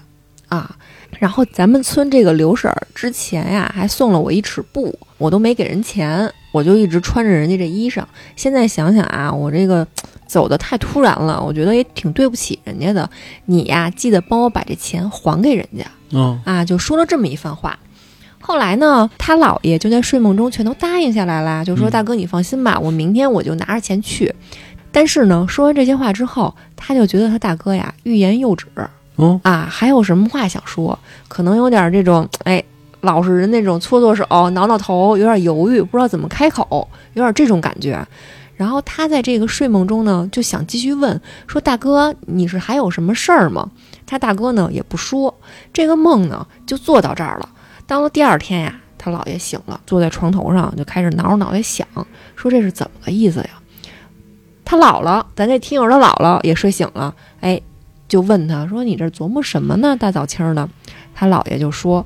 Speaker 4: 啊。”然后咱们村这个刘婶儿之前呀还送了我一尺布，我都没给人钱，我就一直穿着人家这衣裳。现在想想啊，我这个走的太突然了，我觉得也挺对不起人家的。你呀、记得帮我把这钱还给人家
Speaker 1: 哦
Speaker 5: 嗯
Speaker 4: 啊！就说了这么一番话。后来呢，他姥爷就在睡梦中全都答应下来啦，就
Speaker 5: 嗯
Speaker 4: 说：“大哥，你放心吧，我明天我就拿着钱去。”但是呢，说完这些话之后，他就觉得他大哥呀欲言又止，
Speaker 5: 嗯
Speaker 4: 啊，还有什么话想说？可能有点这种，哎，老实人那种搓搓手、挠挠头，有点犹豫，不知道怎么开口，有点这种感觉。然后他在这个睡梦中呢，就想继续问说：“大哥，你是还有什么事儿吗？”他大哥呢也不说，这个梦呢就做到这儿了。到了第二天呀，他姥爷醒了，坐在床头上就开始挠着脑袋想，说这是怎么个意思呀？他姥姥，咱这听友的姥姥也睡醒了，哎，就问他说：“你这琢磨什么呢？大早清儿的。”他姥爷就说：“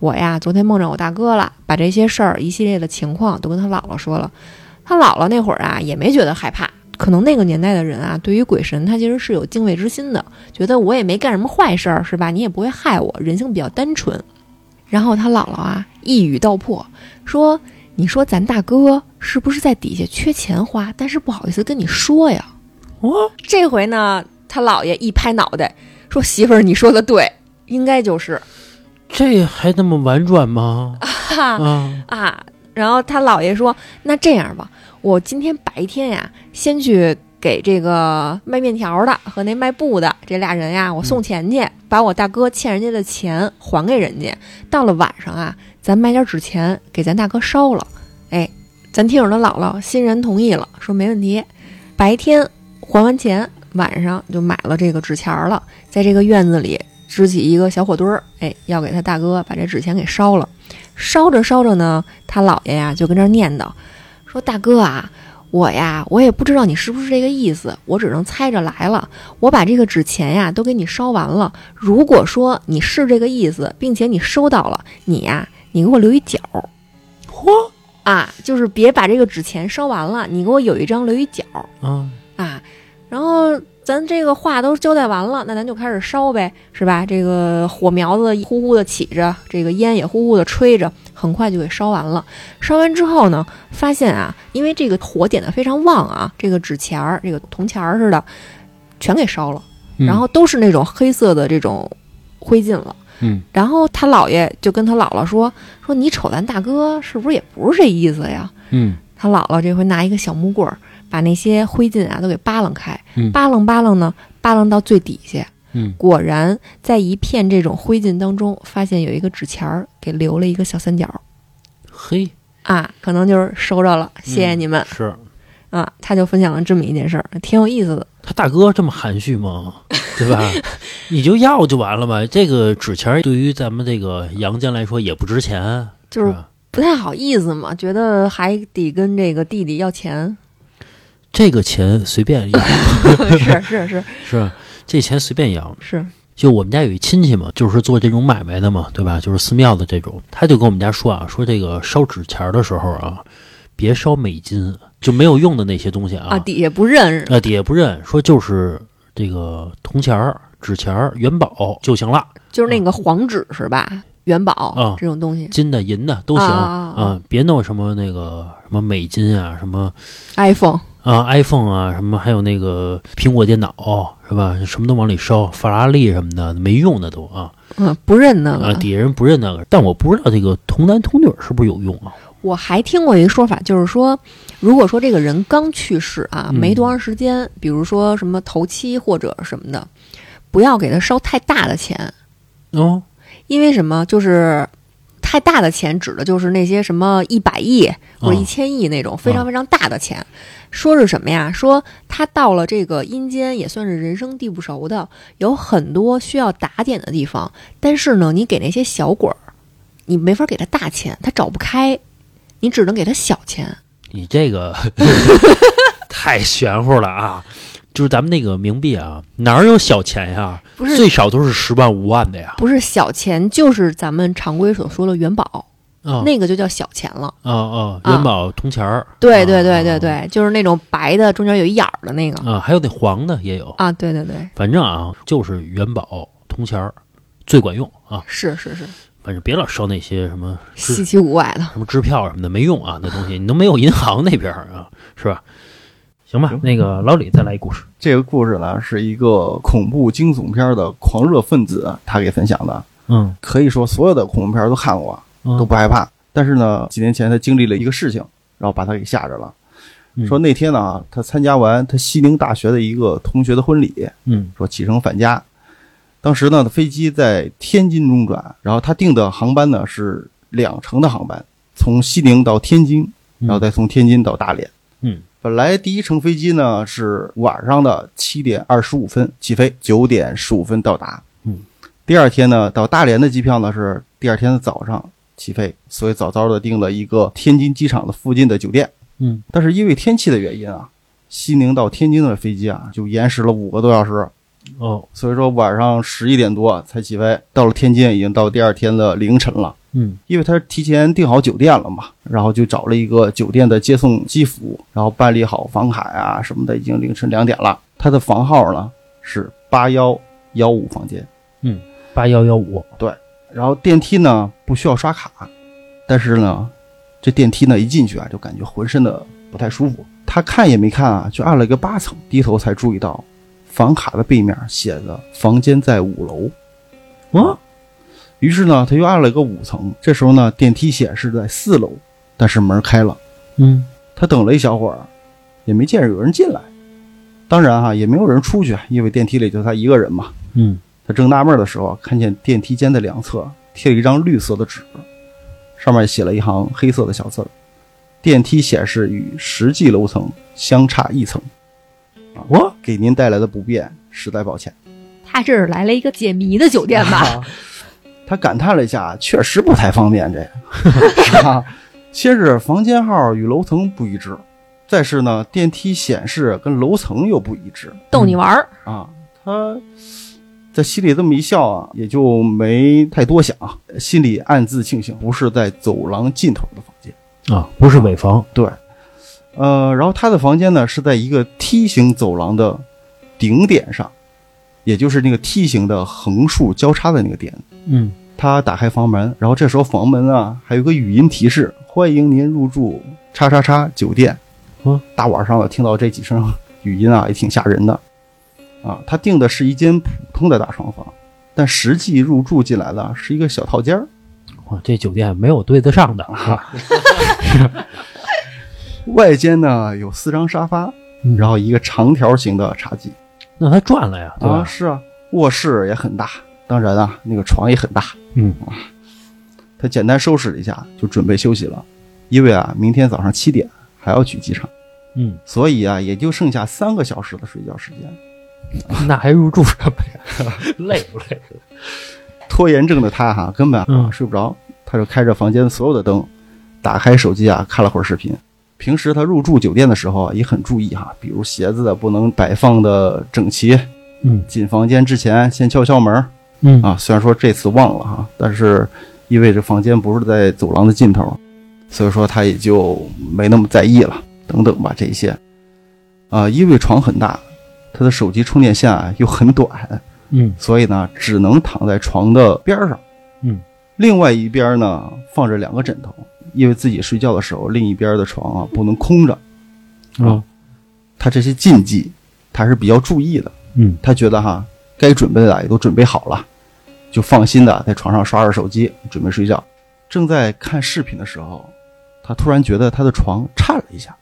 Speaker 4: 我呀，昨天梦着我大哥了，把这些事儿一系列的情况都跟他姥姥说了。他姥姥那会儿啊，也没觉得害怕。可能那个年代的人啊，对于鬼神他其实是有敬畏之心的，觉得我也没干什么坏事儿，是吧？你也不会害我，人性比较单纯。”然后他姥姥啊，一语道破说：“你说咱大哥是不是在底下缺钱花，但是不好意思跟你说呀？”
Speaker 5: 哦，
Speaker 4: 这回呢，他姥爷一拍脑袋说：“媳妇儿，你说的对，应该就是
Speaker 1: 这还那么婉转吗？
Speaker 4: 哈
Speaker 1: 啊，
Speaker 4: 啊。”然后他姥爷说：“那这样吧，我今天白天呀，先去给这个卖面条的和那卖布的这俩人呀，我送钱去，把我大哥欠人家的钱还给人家。到了晚上啊，咱买点纸钱给咱大哥烧了。哎，咱听友的姥姥欣然同意了，说没问题。白天还完钱，晚上就买了这个纸钱儿了，在这个院子里支起一个小火堆儿，哎，要给他大哥把这纸钱给烧了。烧着烧着呢，他姥爷呀就跟这儿念叨，说大哥啊。我呀，我也不知道你是不是这个意思，我只能猜着来了。我把这个纸钱呀都给你烧完了。如果说你是这个意思，并且你收到了，你呀，你给我留一角儿
Speaker 5: 嚯
Speaker 4: 啊，就是别把这个纸钱烧完了，你给我有一张留一角儿。
Speaker 5: 啊
Speaker 4: 啊，然后咱这个话都交代完了，那咱就开始烧呗，是吧？这个火苗子呼呼的起着，这个烟也呼呼的吹着，很快就给烧完了。烧完之后呢，发现啊，因为这个火点的非常旺啊，这个纸钱儿、这个铜钱儿似的，全给烧了，
Speaker 5: 嗯
Speaker 4: 然后都是那种黑色的这种灰烬了。
Speaker 5: 嗯，
Speaker 4: 然后他姥爷就跟他姥姥说：“说你瞅咱大哥是不是也不是这意思呀？”
Speaker 5: 嗯
Speaker 4: 他姥姥这回拿一个小木棍儿，把那些灰烬啊都给扒楞开，
Speaker 5: 嗯
Speaker 4: 扒楞扒楞呢，扒楞到最底下。
Speaker 5: 嗯
Speaker 4: 果然在一片这种灰烬当中，发现有一个纸钱儿给留了一个小三角儿
Speaker 1: 嘿，
Speaker 4: 啊，可能就是收着了，谢谢你们、
Speaker 1: 是
Speaker 4: 啊。他就分享了这么一件事儿，挺有意思的。
Speaker 1: 他大哥这么含蓄吗？对吧？你就要就完了嘛。这个纸钱儿对于咱们这个阳间来说也不值钱，
Speaker 4: 就是
Speaker 1: 吧？
Speaker 4: 不太好意思嘛，觉得还得跟这个弟弟要钱， <laughs>
Speaker 1: 这个钱随便要，
Speaker 4: 是是是
Speaker 1: 是这钱随便要。
Speaker 4: 是，
Speaker 1: 就我们家有一亲戚嘛，就是做这种买卖的嘛，对吧？就是寺庙的这种，他就跟我们家说啊，说这个烧纸钱儿的时候啊，别烧美金，就没有用的那些东西啊，
Speaker 4: 啊，底下不认识，
Speaker 1: 呃底下不认，说就是这个铜钱儿、纸钱儿、元宝就行了，
Speaker 4: 就是那个黄纸是吧？元宝、
Speaker 1: 嗯
Speaker 4: 这种东西
Speaker 1: 金的、银的都行
Speaker 4: 啊啊啊
Speaker 1: 啊，别弄什么那个什么美金啊，什么
Speaker 4: ，iPhone
Speaker 1: 啊 iPhone 啊，什么还有那个苹果电脑是吧？什么都往里烧，法拉利什么的没用的都啊
Speaker 4: 嗯不认那个、
Speaker 1: 啊，底下人不认那个，但我不知道这个童男童女是不是有用啊？
Speaker 4: 我还听过一个说法，就是说，如果说这个人刚去世啊，
Speaker 1: 嗯
Speaker 4: 没多长时间，比如说什么头七或者什么的，不要给他烧太大的钱，
Speaker 1: 哦，
Speaker 4: 因为什么？就是太大的钱指的就是那些什么一百亿或
Speaker 1: 啊
Speaker 4: 者一千亿那种非
Speaker 1: 啊
Speaker 4: 常非常大的钱。说是什么呀？说他到了这个阴间也算是人生地不熟的，有很多需要打点的地方。但是呢，你给那些小鬼儿，你没法给他大钱，他找不开，你只能给他小钱。
Speaker 1: 你这
Speaker 4: <laughs>
Speaker 1: 个太玄乎了啊！就是咱们那个冥币啊，哪儿有小钱呀？
Speaker 4: 不是
Speaker 1: 最少都是十万五万的呀。
Speaker 4: 不是小钱，就是咱们常规所说的元宝，
Speaker 1: 啊
Speaker 4: 那个就叫小钱了。
Speaker 1: 啊啊！
Speaker 4: 啊
Speaker 1: 元宝、铜钱儿
Speaker 4: 对对对对对，就是那种白的，中间有一眼儿的那个
Speaker 1: 啊，还有那黄的也有。
Speaker 4: 啊。对对对，
Speaker 1: 反正啊，就是元宝、铜钱儿最管用啊。
Speaker 4: 是是是。
Speaker 1: 反正别老烧那些什么支
Speaker 4: 稀奇古怪的。
Speaker 1: 什么支票什么的，没用啊，那东西你都没有银行那边儿啊，是吧？行吧，那个老李再来一故事。
Speaker 2: 这个故事呢，是一个恐怖惊悚片的狂热分子他给分享的，
Speaker 1: 嗯，
Speaker 2: 可以说所有的恐怖片都看过，
Speaker 1: 嗯
Speaker 2: 都不害怕。但是呢，几年前他经历了一个事情，然后把他给吓着了
Speaker 1: 嗯。
Speaker 2: 说那天呢，他参加完他西宁大学的一个同学的婚礼，
Speaker 1: 嗯
Speaker 2: 说启程返家。当时呢，飞机在天津中转，然后他订的航班呢是两程的航班，从西宁到天津，
Speaker 1: 嗯
Speaker 2: 然后再从天津到大连。
Speaker 1: 嗯
Speaker 2: 本来第一程飞机呢是晚上的七点二十五分起飞，九点十五分到达。
Speaker 1: 嗯，
Speaker 2: 第二天呢到大连的机票呢是第二天的早上起飞，所以早早的订了一个天津机场的附近的酒店。
Speaker 1: 嗯，
Speaker 2: 但是因为天气的原因啊，西宁到天津的飞机啊就延时了五个多小时，
Speaker 1: 哦，
Speaker 2: 所以说晚上十一点多才起飞，到了天津已经到第二天的凌晨了。
Speaker 1: 嗯
Speaker 2: 因为他提前订好酒店了嘛，然后就找了一个酒店的接送机服务，然后办理好房卡呀、什么的，已经凌晨两点了。他的房号呢是八幺幺五房间，
Speaker 1: 八幺幺五，
Speaker 2: 然后电梯呢不需要刷卡，但是呢，这电梯呢一进去啊，就感觉浑身的不太舒服。他看也没看啊，就按了一个八层，低头才注意到房卡的背面写着房间在五楼。
Speaker 1: 啊，
Speaker 2: 于是呢，他又按了一个五层，这时候呢，电梯显示在四楼，但是门开了。
Speaker 1: 嗯
Speaker 2: 他等了一小会儿，也没见着有人进来。当然哈、也没有人出去，因为电梯里就他一个人嘛。
Speaker 1: 嗯
Speaker 2: 他正纳闷的时候，看见电梯间的两侧贴了一张绿色的纸，上面写了一行黑色的小字儿：“电梯显示与实际楼层相差一层，啊
Speaker 1: 我
Speaker 2: 给您带来的不便，实在抱歉。
Speaker 4: 他这是来了一个解谜的酒店吧？
Speaker 2: 他感叹了一下，确实不太方便，这个 <laughs> 是吧？先是房间号与楼层不一致，再是呢电梯显示跟楼层又不一致
Speaker 4: <laughs> 逗你玩儿，
Speaker 2: 啊。他在心里这么一笑啊，也就没太多想，啊心里暗自庆幸不是在走廊尽头的房间。
Speaker 1: 啊，不是尾房，
Speaker 2: 对，呃，然后他的房间呢是在一个梯形走廊的顶点上，也就是那个梯形的横竖交叉的那个点。
Speaker 1: 嗯
Speaker 2: 他打开房门，然后这时候房门啊还有个语音提示：“欢迎您入住叉叉叉酒店。”
Speaker 1: 嗯，
Speaker 2: 大晚上的听到这几声语音啊，也挺吓人的。啊，他订的是一间普通的大床房，但实际入住进来的啊是一个小套间儿。
Speaker 1: 哇，这酒店没有对得上的啊，
Speaker 2: 外间呢有四张沙发，
Speaker 1: 嗯
Speaker 2: 然后一个长条形的茶几。
Speaker 1: 那他赚了呀， <laughs> 对
Speaker 2: 啊，
Speaker 1: 吧？
Speaker 2: 是啊，卧室也很大，当然啊，那个床也很大。啊
Speaker 1: 嗯
Speaker 2: 他简单收拾了一下，就准备休息了，因为啊，明天早上七点还要去机场。
Speaker 1: 嗯，
Speaker 2: 所以啊，也就剩下三个小时的睡觉时间。
Speaker 1: 那还入住什么呀？ <laughs> 累不累？
Speaker 2: 拖延症的他哈、根本啊
Speaker 1: 嗯
Speaker 2: 睡不着，他就开着房间所有的灯，打开手机啊看了会儿视频，平时他入住酒店的时候啊也很注意哈，比如鞋子不能摆放的整齐，
Speaker 1: 嗯
Speaker 2: 进房间之前先敲敲门儿
Speaker 1: 嗯
Speaker 2: 啊。虽然说这次忘了哈，但是因为这房间不是在走廊的尽头，所以说他也就没那么在意了。等等吧，这些啊，因为床很大，他的手机充电线啊又很短，
Speaker 1: 嗯
Speaker 2: 所以呢，只能躺在床的边儿上。
Speaker 1: 嗯，
Speaker 2: 另外一边呢放着两个枕头，因为自己睡觉的时候，另一边的床啊不能空着。啊
Speaker 1: 哦
Speaker 2: 他这些禁忌，他是比较注意的。
Speaker 1: 嗯
Speaker 2: 他觉得哈，该准备的也啊都准备好了，就放心的在床上刷着手机，准备睡觉。正在看视频的时候，他突然觉得他的床颤了一下，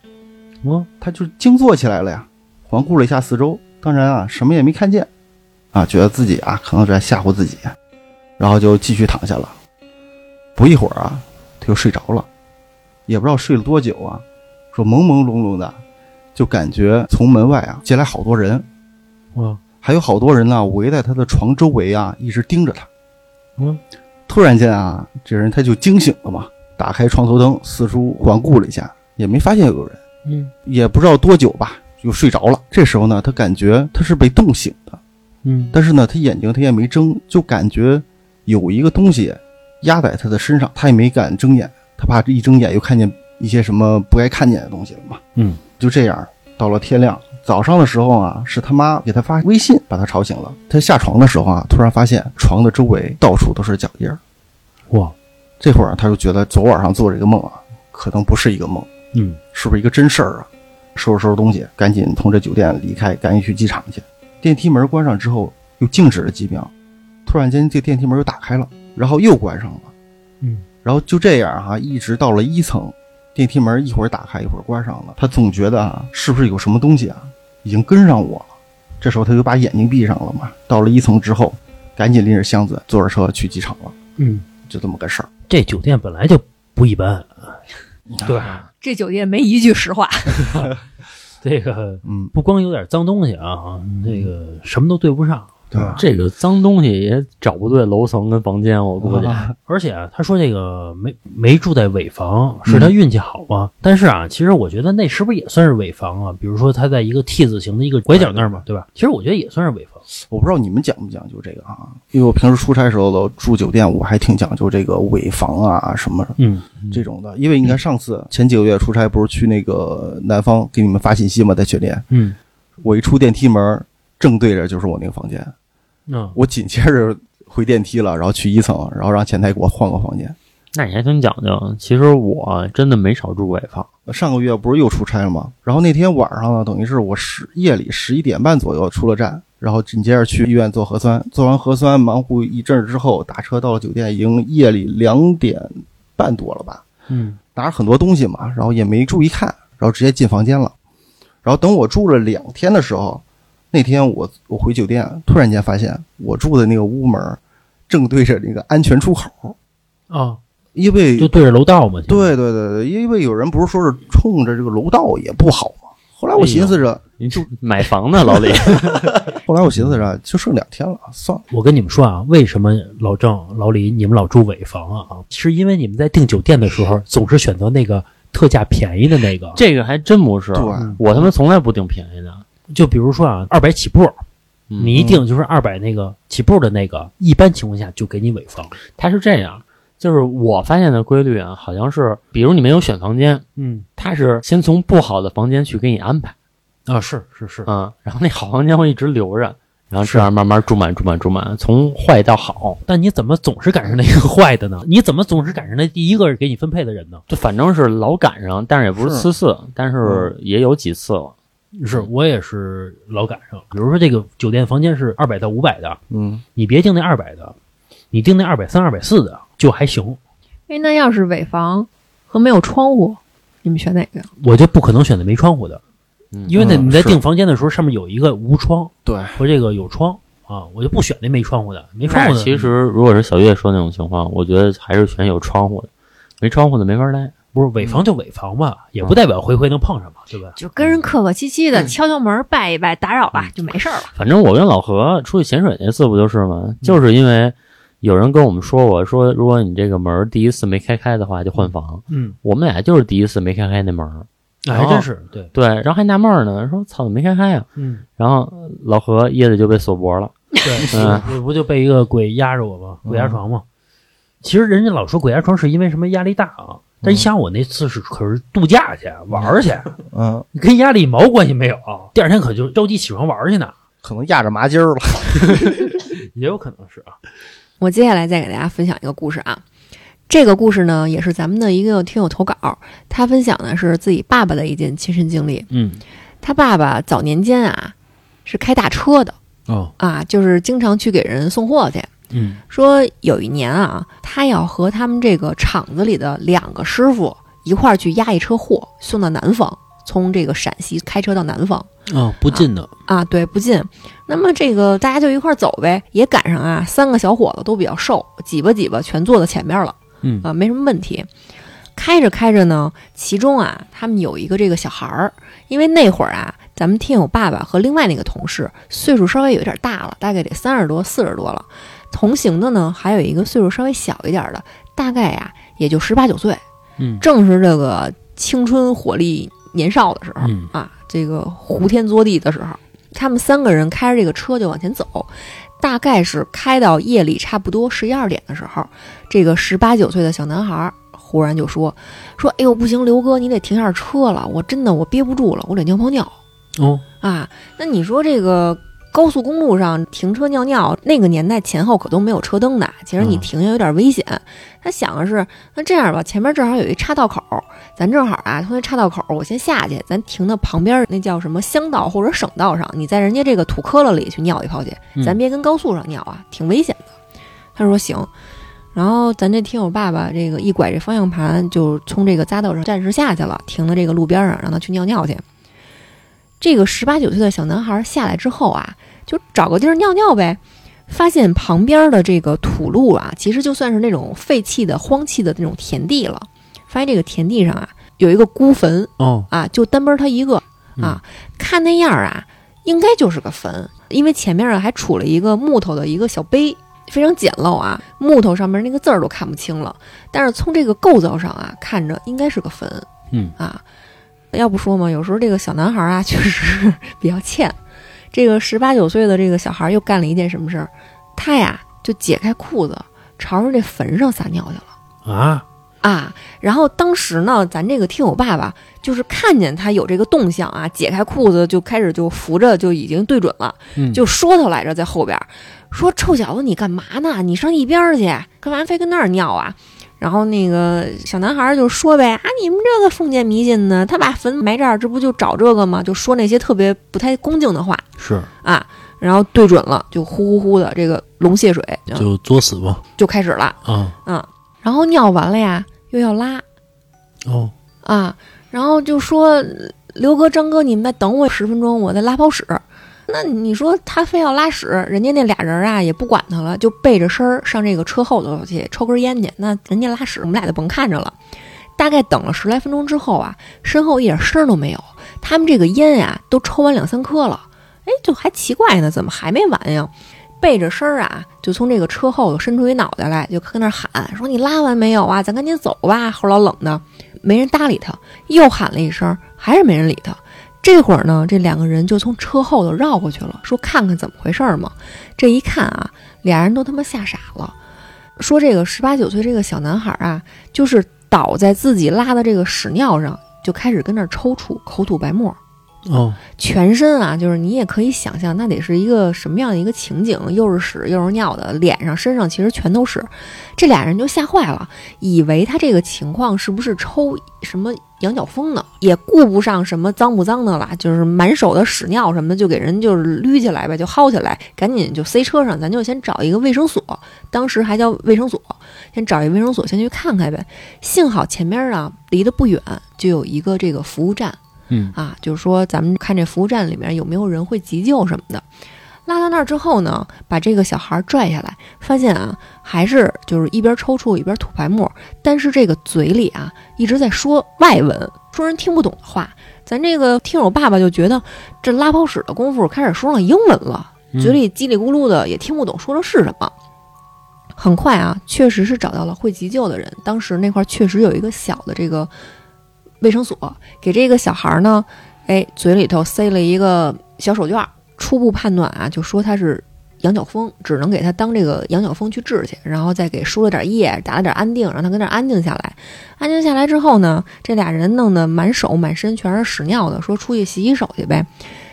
Speaker 1: 哦
Speaker 2: 他就惊坐起来了呀，环顾了一下四周，当然啊，什么也没看见，啊，觉得自己啊可能是在吓唬自己，啊然后就继续躺下了。不一会儿啊，他又睡着了，也不知道睡了多久啊，说朦朦胧胧的，就感觉从门外啊进来好多人，
Speaker 1: 哦
Speaker 2: 还有好多人呢、围在他的床周围啊，一直盯着他。
Speaker 1: 嗯，
Speaker 2: 突然间啊，这人他就惊醒了嘛，打开床头灯，四处环顾了一下，也没发现有人。
Speaker 1: 嗯
Speaker 2: 也不知道多久吧，就睡着了。这时候呢，他感觉他是被冻醒的，
Speaker 1: 嗯
Speaker 2: 但是呢，他眼睛他也没睁，就感觉有一个东西压在他的身上，他也没敢睁眼，他怕这一睁眼又看见一些什么不该看见的东西了嘛。
Speaker 1: 嗯，
Speaker 2: 就这样，到了天亮，早上的时候啊，是他妈给他发微信把他吵醒了。他下床的时候啊，突然发现床的周围到处都是脚印儿。
Speaker 1: 哇
Speaker 2: 这会儿他就觉得昨晚上做这个梦啊，可能不是一个梦。啊
Speaker 1: 嗯
Speaker 2: 是不是一个真事儿啊？收拾收拾东西，赶紧从这酒店离开，赶紧去机场去。电梯门关上之后，又静止了几秒，突然间这电梯门又打开了，然后又关上了。
Speaker 1: 嗯，
Speaker 2: 然后就这样哈、一直到了一层，电梯门一会儿打开，一会儿关上了。他总觉得啊，是不是有什么东西啊，已经跟上我了？这时候他就把眼睛闭上了嘛。到了一层之后，赶紧拎着箱子，坐着车去机场了，
Speaker 1: 嗯，
Speaker 2: 就这么个事儿。
Speaker 1: 这酒店本来就不一般，对吧？
Speaker 4: 这酒店没一句实话，
Speaker 1: 这个
Speaker 2: 嗯，
Speaker 1: 不光有点脏东西啊，这个什么都对不上。
Speaker 2: 对吧？
Speaker 3: 这个脏东西也找不对楼层跟房间，我估计。
Speaker 1: 而且啊，他说这个没没住在尾房，是他运气好啊。但是啊，其实我觉得那是不是也算是尾房啊？比如说他在一个 T 字形的一个拐角那儿嘛，对吧？其实我觉得也算是尾房。
Speaker 2: 我不知道你们讲不讲究这个啊，因为我平时出差的时候都住酒店，我还挺讲究这个尾房啊什么
Speaker 1: 嗯
Speaker 2: 这种的。因为你看上次前几个月出差不是去那个南方给你们发信息嘛，在酒店，
Speaker 1: 嗯
Speaker 2: 我一出电梯门，正对着就是我那个房间，
Speaker 1: 嗯，
Speaker 2: 我紧接着回电梯了，然后去一层，然后让前台给我换个房间。
Speaker 3: 那你还挺讲究。其实我真的没少住尾房，
Speaker 2: 上个月不是又出差了吗？然后那天晚上呢，等于是我十夜里十一点半左右出了站，然后紧接着去医院做核酸，做完核酸忙活一阵儿之后，打车到了酒店，已经夜里两点半多了吧，
Speaker 1: 嗯
Speaker 2: 拿着很多东西嘛，然后也没注意看，然后直接进房间了。然后等我住了两天的时候，那天我我回酒店，突然间发现我住的那个屋门儿正对着那个安全出口，
Speaker 1: 啊，
Speaker 2: 因为
Speaker 1: 就对着楼道嘛。其实，
Speaker 2: 对对对对，因为有人不是说是冲着这个楼道也不好嘛。后来我寻思着，
Speaker 3: 你就买房
Speaker 1: <laughs>
Speaker 3: 呢，老李。
Speaker 2: 后来我寻思着，就剩两天了，算了。
Speaker 1: 我跟你们说啊，为什么老郑、老李你们老住尾房啊？是因为你们在订酒店的时候总是选择那个特价便宜的那个。
Speaker 3: 这个还真不是，
Speaker 2: 对
Speaker 3: 我他妈从来不订便宜的。
Speaker 1: 就比如说啊，二百起步，
Speaker 3: 嗯
Speaker 1: 你一定就是二百那个起步的那个，一般情况下就给你尾房。
Speaker 3: 它是这样，就是我发现的规律啊，好像是，比如你没有选房间，
Speaker 1: 嗯
Speaker 3: 它是先从不好的房间去给你安排，
Speaker 1: 啊，是是是，
Speaker 3: 嗯，然后那好房间会一直留着，然后这样慢慢住满住满住满，从坏到好，
Speaker 1: 但你怎么总是赶上那个坏的呢？ <laughs> 你怎么总是赶上那第一个给你分配的人呢？
Speaker 3: 就反正是老赶上，但是也不是嗯
Speaker 2: 是
Speaker 3: 次次，但是也有几次了。
Speaker 1: 是我也是老赶上，比如说这个酒店房间是二百到五百的，
Speaker 2: 嗯，
Speaker 1: 你别订那二百的，你订那二百三、二百四的就还行。
Speaker 4: <laughs> 哎，那要是尾房和没有窗户，你们选哪个？
Speaker 1: 我就不可能选择没窗户的，
Speaker 3: 嗯
Speaker 1: 因为那
Speaker 2: 嗯
Speaker 1: 你在
Speaker 2: 是
Speaker 1: 订房间的时候，上面有一个无窗
Speaker 2: 对，
Speaker 1: 和这个有窗啊，我就不选那没窗户的。没窗
Speaker 3: 但
Speaker 1: 户
Speaker 3: 是
Speaker 1: 的
Speaker 3: 哎其实如果是小月说那种情况，我觉得还是选有窗户的，没窗户的没法待。
Speaker 1: 不是尾房就尾房吧，也不代表回回能碰上嘛，对吧？
Speaker 4: 就跟人客客气气的敲敲门拜一拜，打扰吧，就没事儿了。
Speaker 3: 反正我跟老何出去潜水那次不就是吗？就是因为有人跟我们说过，说如果你这个门儿第一次没开开的话，就换房。
Speaker 1: 嗯
Speaker 3: 我们俩就是第一次没开开那门儿，
Speaker 1: 哎还真是对，
Speaker 3: 对，然后还纳闷儿呢，说操，怎么没开开啊？
Speaker 1: 嗯，
Speaker 3: 然后呃老何椰子就被锁脖了。
Speaker 1: 对，
Speaker 3: 嗯
Speaker 1: 我不就被一个鬼压着我吗？鬼压床吗？其实人家老说鬼压床是因为什么压力大啊，但一想我那次是可是度假去玩儿去， <laughs>
Speaker 2: 嗯，
Speaker 1: 跟压力毛关系没有。啊第二天可就着急起床玩儿去呢，
Speaker 2: 可能压着麻筋儿了。
Speaker 1: 也有可能是啊。
Speaker 4: 我接下来再给大家分享一个故事啊。这个故事呢，也是咱们的一个听友投稿，他分享的是自己爸爸的一件亲身经历。
Speaker 1: 嗯，
Speaker 4: 他爸爸早年间啊是开大车的
Speaker 1: 哦，
Speaker 4: 啊，就是经常去给人送货去。
Speaker 1: 嗯
Speaker 4: 说有一年啊，他要和他们这个厂子里的两个师傅一块儿去押一车货，送到南方，从这个陕西开车到南方。
Speaker 1: 哦，不近的，
Speaker 4: 啊，对，不近。那么这个大家就一块儿走呗，也赶上啊，三个小伙子都比较瘦，挤吧挤吧，全坐到前面了
Speaker 1: 嗯
Speaker 4: 啊，没什么问题。开着开着呢，其中啊，他们有一个这个小孩儿，因为那会儿啊，咱们听友爸爸和另外那个同事岁数稍微有点大了，大概得三十多、四十多了。同行的呢，还有一个岁数稍微小一点的，大概啊也就十八九岁，
Speaker 1: 嗯
Speaker 4: 正是这个青春活力年少的时候。
Speaker 1: 嗯
Speaker 4: 啊，这个胡天坐地的时候，他们三个人开着这个车就往前走，大概是开到夜里差不多十一二点的时候，这个十八九岁的小男孩儿忽然就说：“说哎呦不行，刘哥你得停下车了，我真的我憋不住了，我得尿泡尿
Speaker 1: 哦，
Speaker 4: 啊。”那你说这个。高速公路上停车尿尿，那个年代前后可都没有车灯的，其实你
Speaker 1: 嗯
Speaker 4: 停下有点危险。他想的是，那这样吧，前面正好有一岔道口，咱正好啊，从那岔道口我先下去，咱停到旁边那叫什么乡道或者省道上，你在人家这个土坷垃里去尿一泡去，咱别跟高速上尿啊，挺危险的。他说行，然后咱这听友爸爸这个一拐这方向盘，就从这个匝道上暂时下去了，停到这个路边上，让他去尿尿去。这个十八九岁的小男孩下来之后啊，就找个地儿尿尿呗。发现旁边的这个土路啊，其实就算是那种废弃的、荒弃的那种田地了。发现这个田地上啊，有一个孤坟
Speaker 1: 哦，
Speaker 4: 啊，就单奔他一个啊。看那样儿啊，应该就是个坟，因为前面啊还杵了一个木头的一个小碑，非常简陋啊，木头上面那个字儿都看不清了。但是从这个构造上啊，看着应该是个坟。
Speaker 1: 嗯
Speaker 4: 啊，要不说嘛，有时候这个小男孩啊， <laughs> 确实比较欠。这个十八九岁的这个小孩又干了一件什么事儿？他呀就解开裤子，朝着这坟上撒尿去了。
Speaker 1: 啊，
Speaker 4: 啊，然后当时呢，咱这个听友爸爸就是看见他有这个动向啊，解开裤子就开始就扶着，就已经对准了，
Speaker 1: 嗯
Speaker 4: 就说他来着，在后边儿说：“臭小子，你干嘛呢？你上一边儿去，干嘛非跟那儿尿啊？”然后那个小男孩儿就说呗：“啊，你们这个封建迷信呢，他把坟埋这儿，这不就找这个吗？就说那些特别不太恭敬的话
Speaker 1: 是
Speaker 4: 啊。”然后对准了，就呼呼呼的这个龙泄水就
Speaker 1: 就作死吧
Speaker 4: 就开始了。
Speaker 1: 啊，
Speaker 4: 然后尿完了呀，又要拉，
Speaker 1: 哦，
Speaker 4: 啊，然后就说刘哥、张哥，你们再等我十分钟，我再拉泡屎。那你说他非要拉屎，人家那俩人啊也不管他了，就背着身儿上这个车后头去抽根烟去。那人家拉屎，我们俩就甭看着了。大概等了十来分钟之后啊，身后一点声儿都没有。他们这个烟呀、都抽完两三颗了，哎，就还奇怪呢，怎么还没完呀？背着身儿啊，就从这个车后头伸出一脑袋来，就跟那儿喊说：“你拉完没有啊？咱赶紧走吧。”齁老冷的，没人搭理他，又喊了一声，还是没人理他。这会儿呢，这两个人就从车后头绕过去了，说看看怎么回事儿嘛。这一看啊，俩人都他妈吓傻了，说这个十八九岁这个小男孩啊，就是倒在自己拉的这个屎尿上，就开始跟那儿抽搐，口吐白沫。
Speaker 1: 哦，
Speaker 4: 全身啊，就是你也可以想象，那得是一个什么样的一个情景，又是屎又是尿的，脸上身上其实全都是。这俩人就吓坏了，以为他这个情况是不是抽什么羊角风呢？也顾不上什么脏不脏的了，就是满手的屎尿什么的，就给人就是捋起来呗，就薅起来，赶紧就塞车上，咱就先找一个卫生所，当时还叫卫生所，先找一卫生所先去看看呗。幸好前面啊离得不远，就有一个这个服务站。
Speaker 1: 嗯
Speaker 4: 啊，就是说咱们看这服务站里面有没有人会急救什么的。拉到那儿之后呢，把这个小孩拽下来，发现啊，还是就是一边抽搐一边吐白沫，但是这个嘴里啊一直在说外文，说人听不懂的话。咱这个听友爸爸就觉得这拉泡屎的功夫开始说上英文了，嘴里叽里咕噜的也听不懂说的是什么。很快啊，确实是找到了会急救的人。当时那块儿确实有一个小的这个卫生所，给这个小孩儿呢，哎，嘴里头塞了一个小手绢儿。初步判断啊，就说他是羊角风，只能给他当这个羊角风去治去，然后再给输了点液，打了点安定，让他跟这儿安静下来。安静下来之后呢，这俩人弄得满手满身全是屎尿的，说出去洗洗手去呗。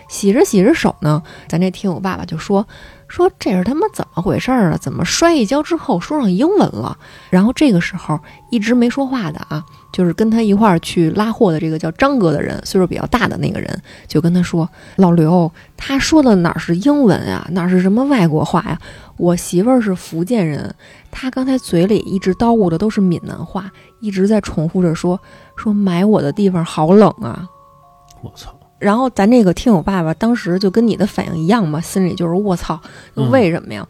Speaker 4: 洗着洗着手呢，咱这听友爸爸就说说这是他妈怎么回事儿啊？怎么摔一跤之后说上英文了？然后这个时候一直没说话的啊，就是跟他一块儿去拉货的这个叫张哥的人，岁数比较大的那个人，就跟他说：“老刘，他说的哪是英文啊，哪是什么外国话呀、我媳妇儿是福建人，她刚才嘴里一直叨咕的都是闽南话，一直在重复着说说买我的地方好冷啊。
Speaker 1: 我操，
Speaker 4: 然后咱这个听友爸爸当时就跟你的反应一样嘛，心里就是我操，
Speaker 1: 嗯
Speaker 4: 为什么呀？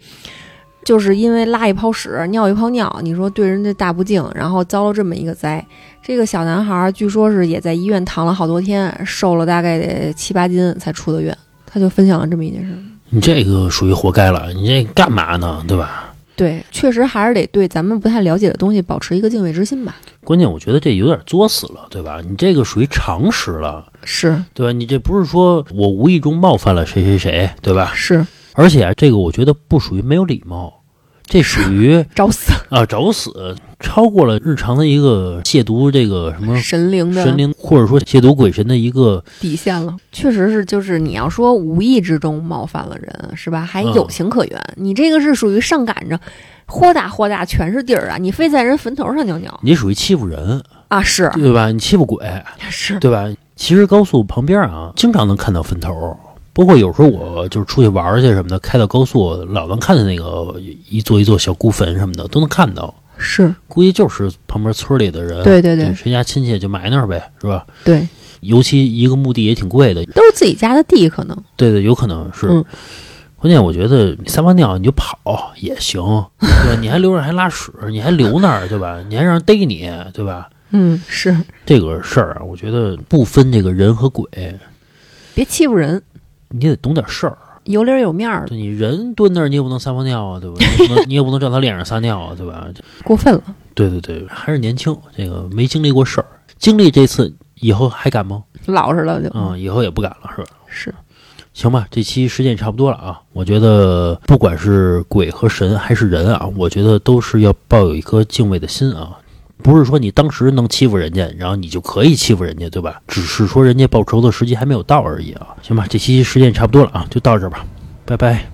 Speaker 4: 就是因为拉一泡屎，尿一泡尿，你说对人家大不敬，然后遭了这么一个灾。这个小男孩儿据说是也在医院躺了好多天，瘦了大概得七八斤才出的院。他就分享了这么一件事。
Speaker 1: 你这个属于活该了，你这干嘛呢？对吧？
Speaker 4: 对，确实还是得对咱们不太了解的东西保持一个敬畏之心吧。
Speaker 1: 关键我觉得这有点作死了，对吧？你这个属于常识了，
Speaker 4: 是
Speaker 1: 对吧？你这不是说我无意中冒犯了谁谁谁，对吧？
Speaker 4: 是，
Speaker 1: 而且啊这个我觉得不属于没有礼貌，这属
Speaker 4: <laughs>
Speaker 1: 于
Speaker 4: 找死
Speaker 1: 啊找死，超过了日常的一个亵渎这个什么
Speaker 4: 神灵
Speaker 1: 嗯
Speaker 4: 的
Speaker 1: 神灵，或者说亵渎鬼神的一个
Speaker 4: 底线了。确实是，就是你要说无意之中冒犯了人，是吧？还
Speaker 1: 嗯
Speaker 4: 有情可原。你这个是属于上赶着，豁大豁大全是地儿啊！你非在人坟头上尿尿
Speaker 1: 你属于欺负人，
Speaker 4: 啊！是
Speaker 1: 对吧？你欺负鬼，
Speaker 4: 是，
Speaker 1: 对吧？其实高速旁边啊，经常能看到坟头，包括有时候我就是出去玩儿去什么的，开到高速老能看见那个一座一座小孤坟什么的都能看到，
Speaker 4: 是
Speaker 1: 估计就是旁边村里的人，
Speaker 4: 对对对
Speaker 1: 谁家亲戚就埋那儿呗，是吧？
Speaker 4: 对，
Speaker 1: 尤其一个墓地也挺贵的，
Speaker 4: 都是自己家的地，可能
Speaker 1: 对对，有可能是。
Speaker 4: 嗯
Speaker 1: 关键我觉得你撒完尿你就跑也行，
Speaker 4: <laughs>
Speaker 1: 对吧？你还留着还拉屎，你还留那儿，对吧？你还让人逮你，对吧？
Speaker 4: 嗯是，
Speaker 1: 这个事儿啊，我觉得不分这个人和鬼，
Speaker 4: 别欺负人，
Speaker 1: 你得懂点事儿。
Speaker 4: 有理儿有面儿，
Speaker 1: 对你人蹲那儿，你也不能撒泡尿啊，对吧？你也
Speaker 4: <laughs>
Speaker 1: 不能你也不能照他脸上撒尿啊，对吧？
Speaker 4: 过分了。
Speaker 1: 对对对，还是年轻，这个没经历过事儿，经历这次以后还敢吗？
Speaker 4: 老实了就，
Speaker 1: 嗯，以后也不敢了，是吧？
Speaker 4: 是
Speaker 1: 行吧，这期时间也差不多了啊。我觉得不管是鬼和神还是人啊，我觉得都是要抱有一颗敬畏的心啊。不是说你当时能欺负人家，然后你就可以欺负人家，对吧？只是说人家报仇的时机还没有到而已啊。行吧，这期时间也差不多了啊，就到这儿吧，拜拜。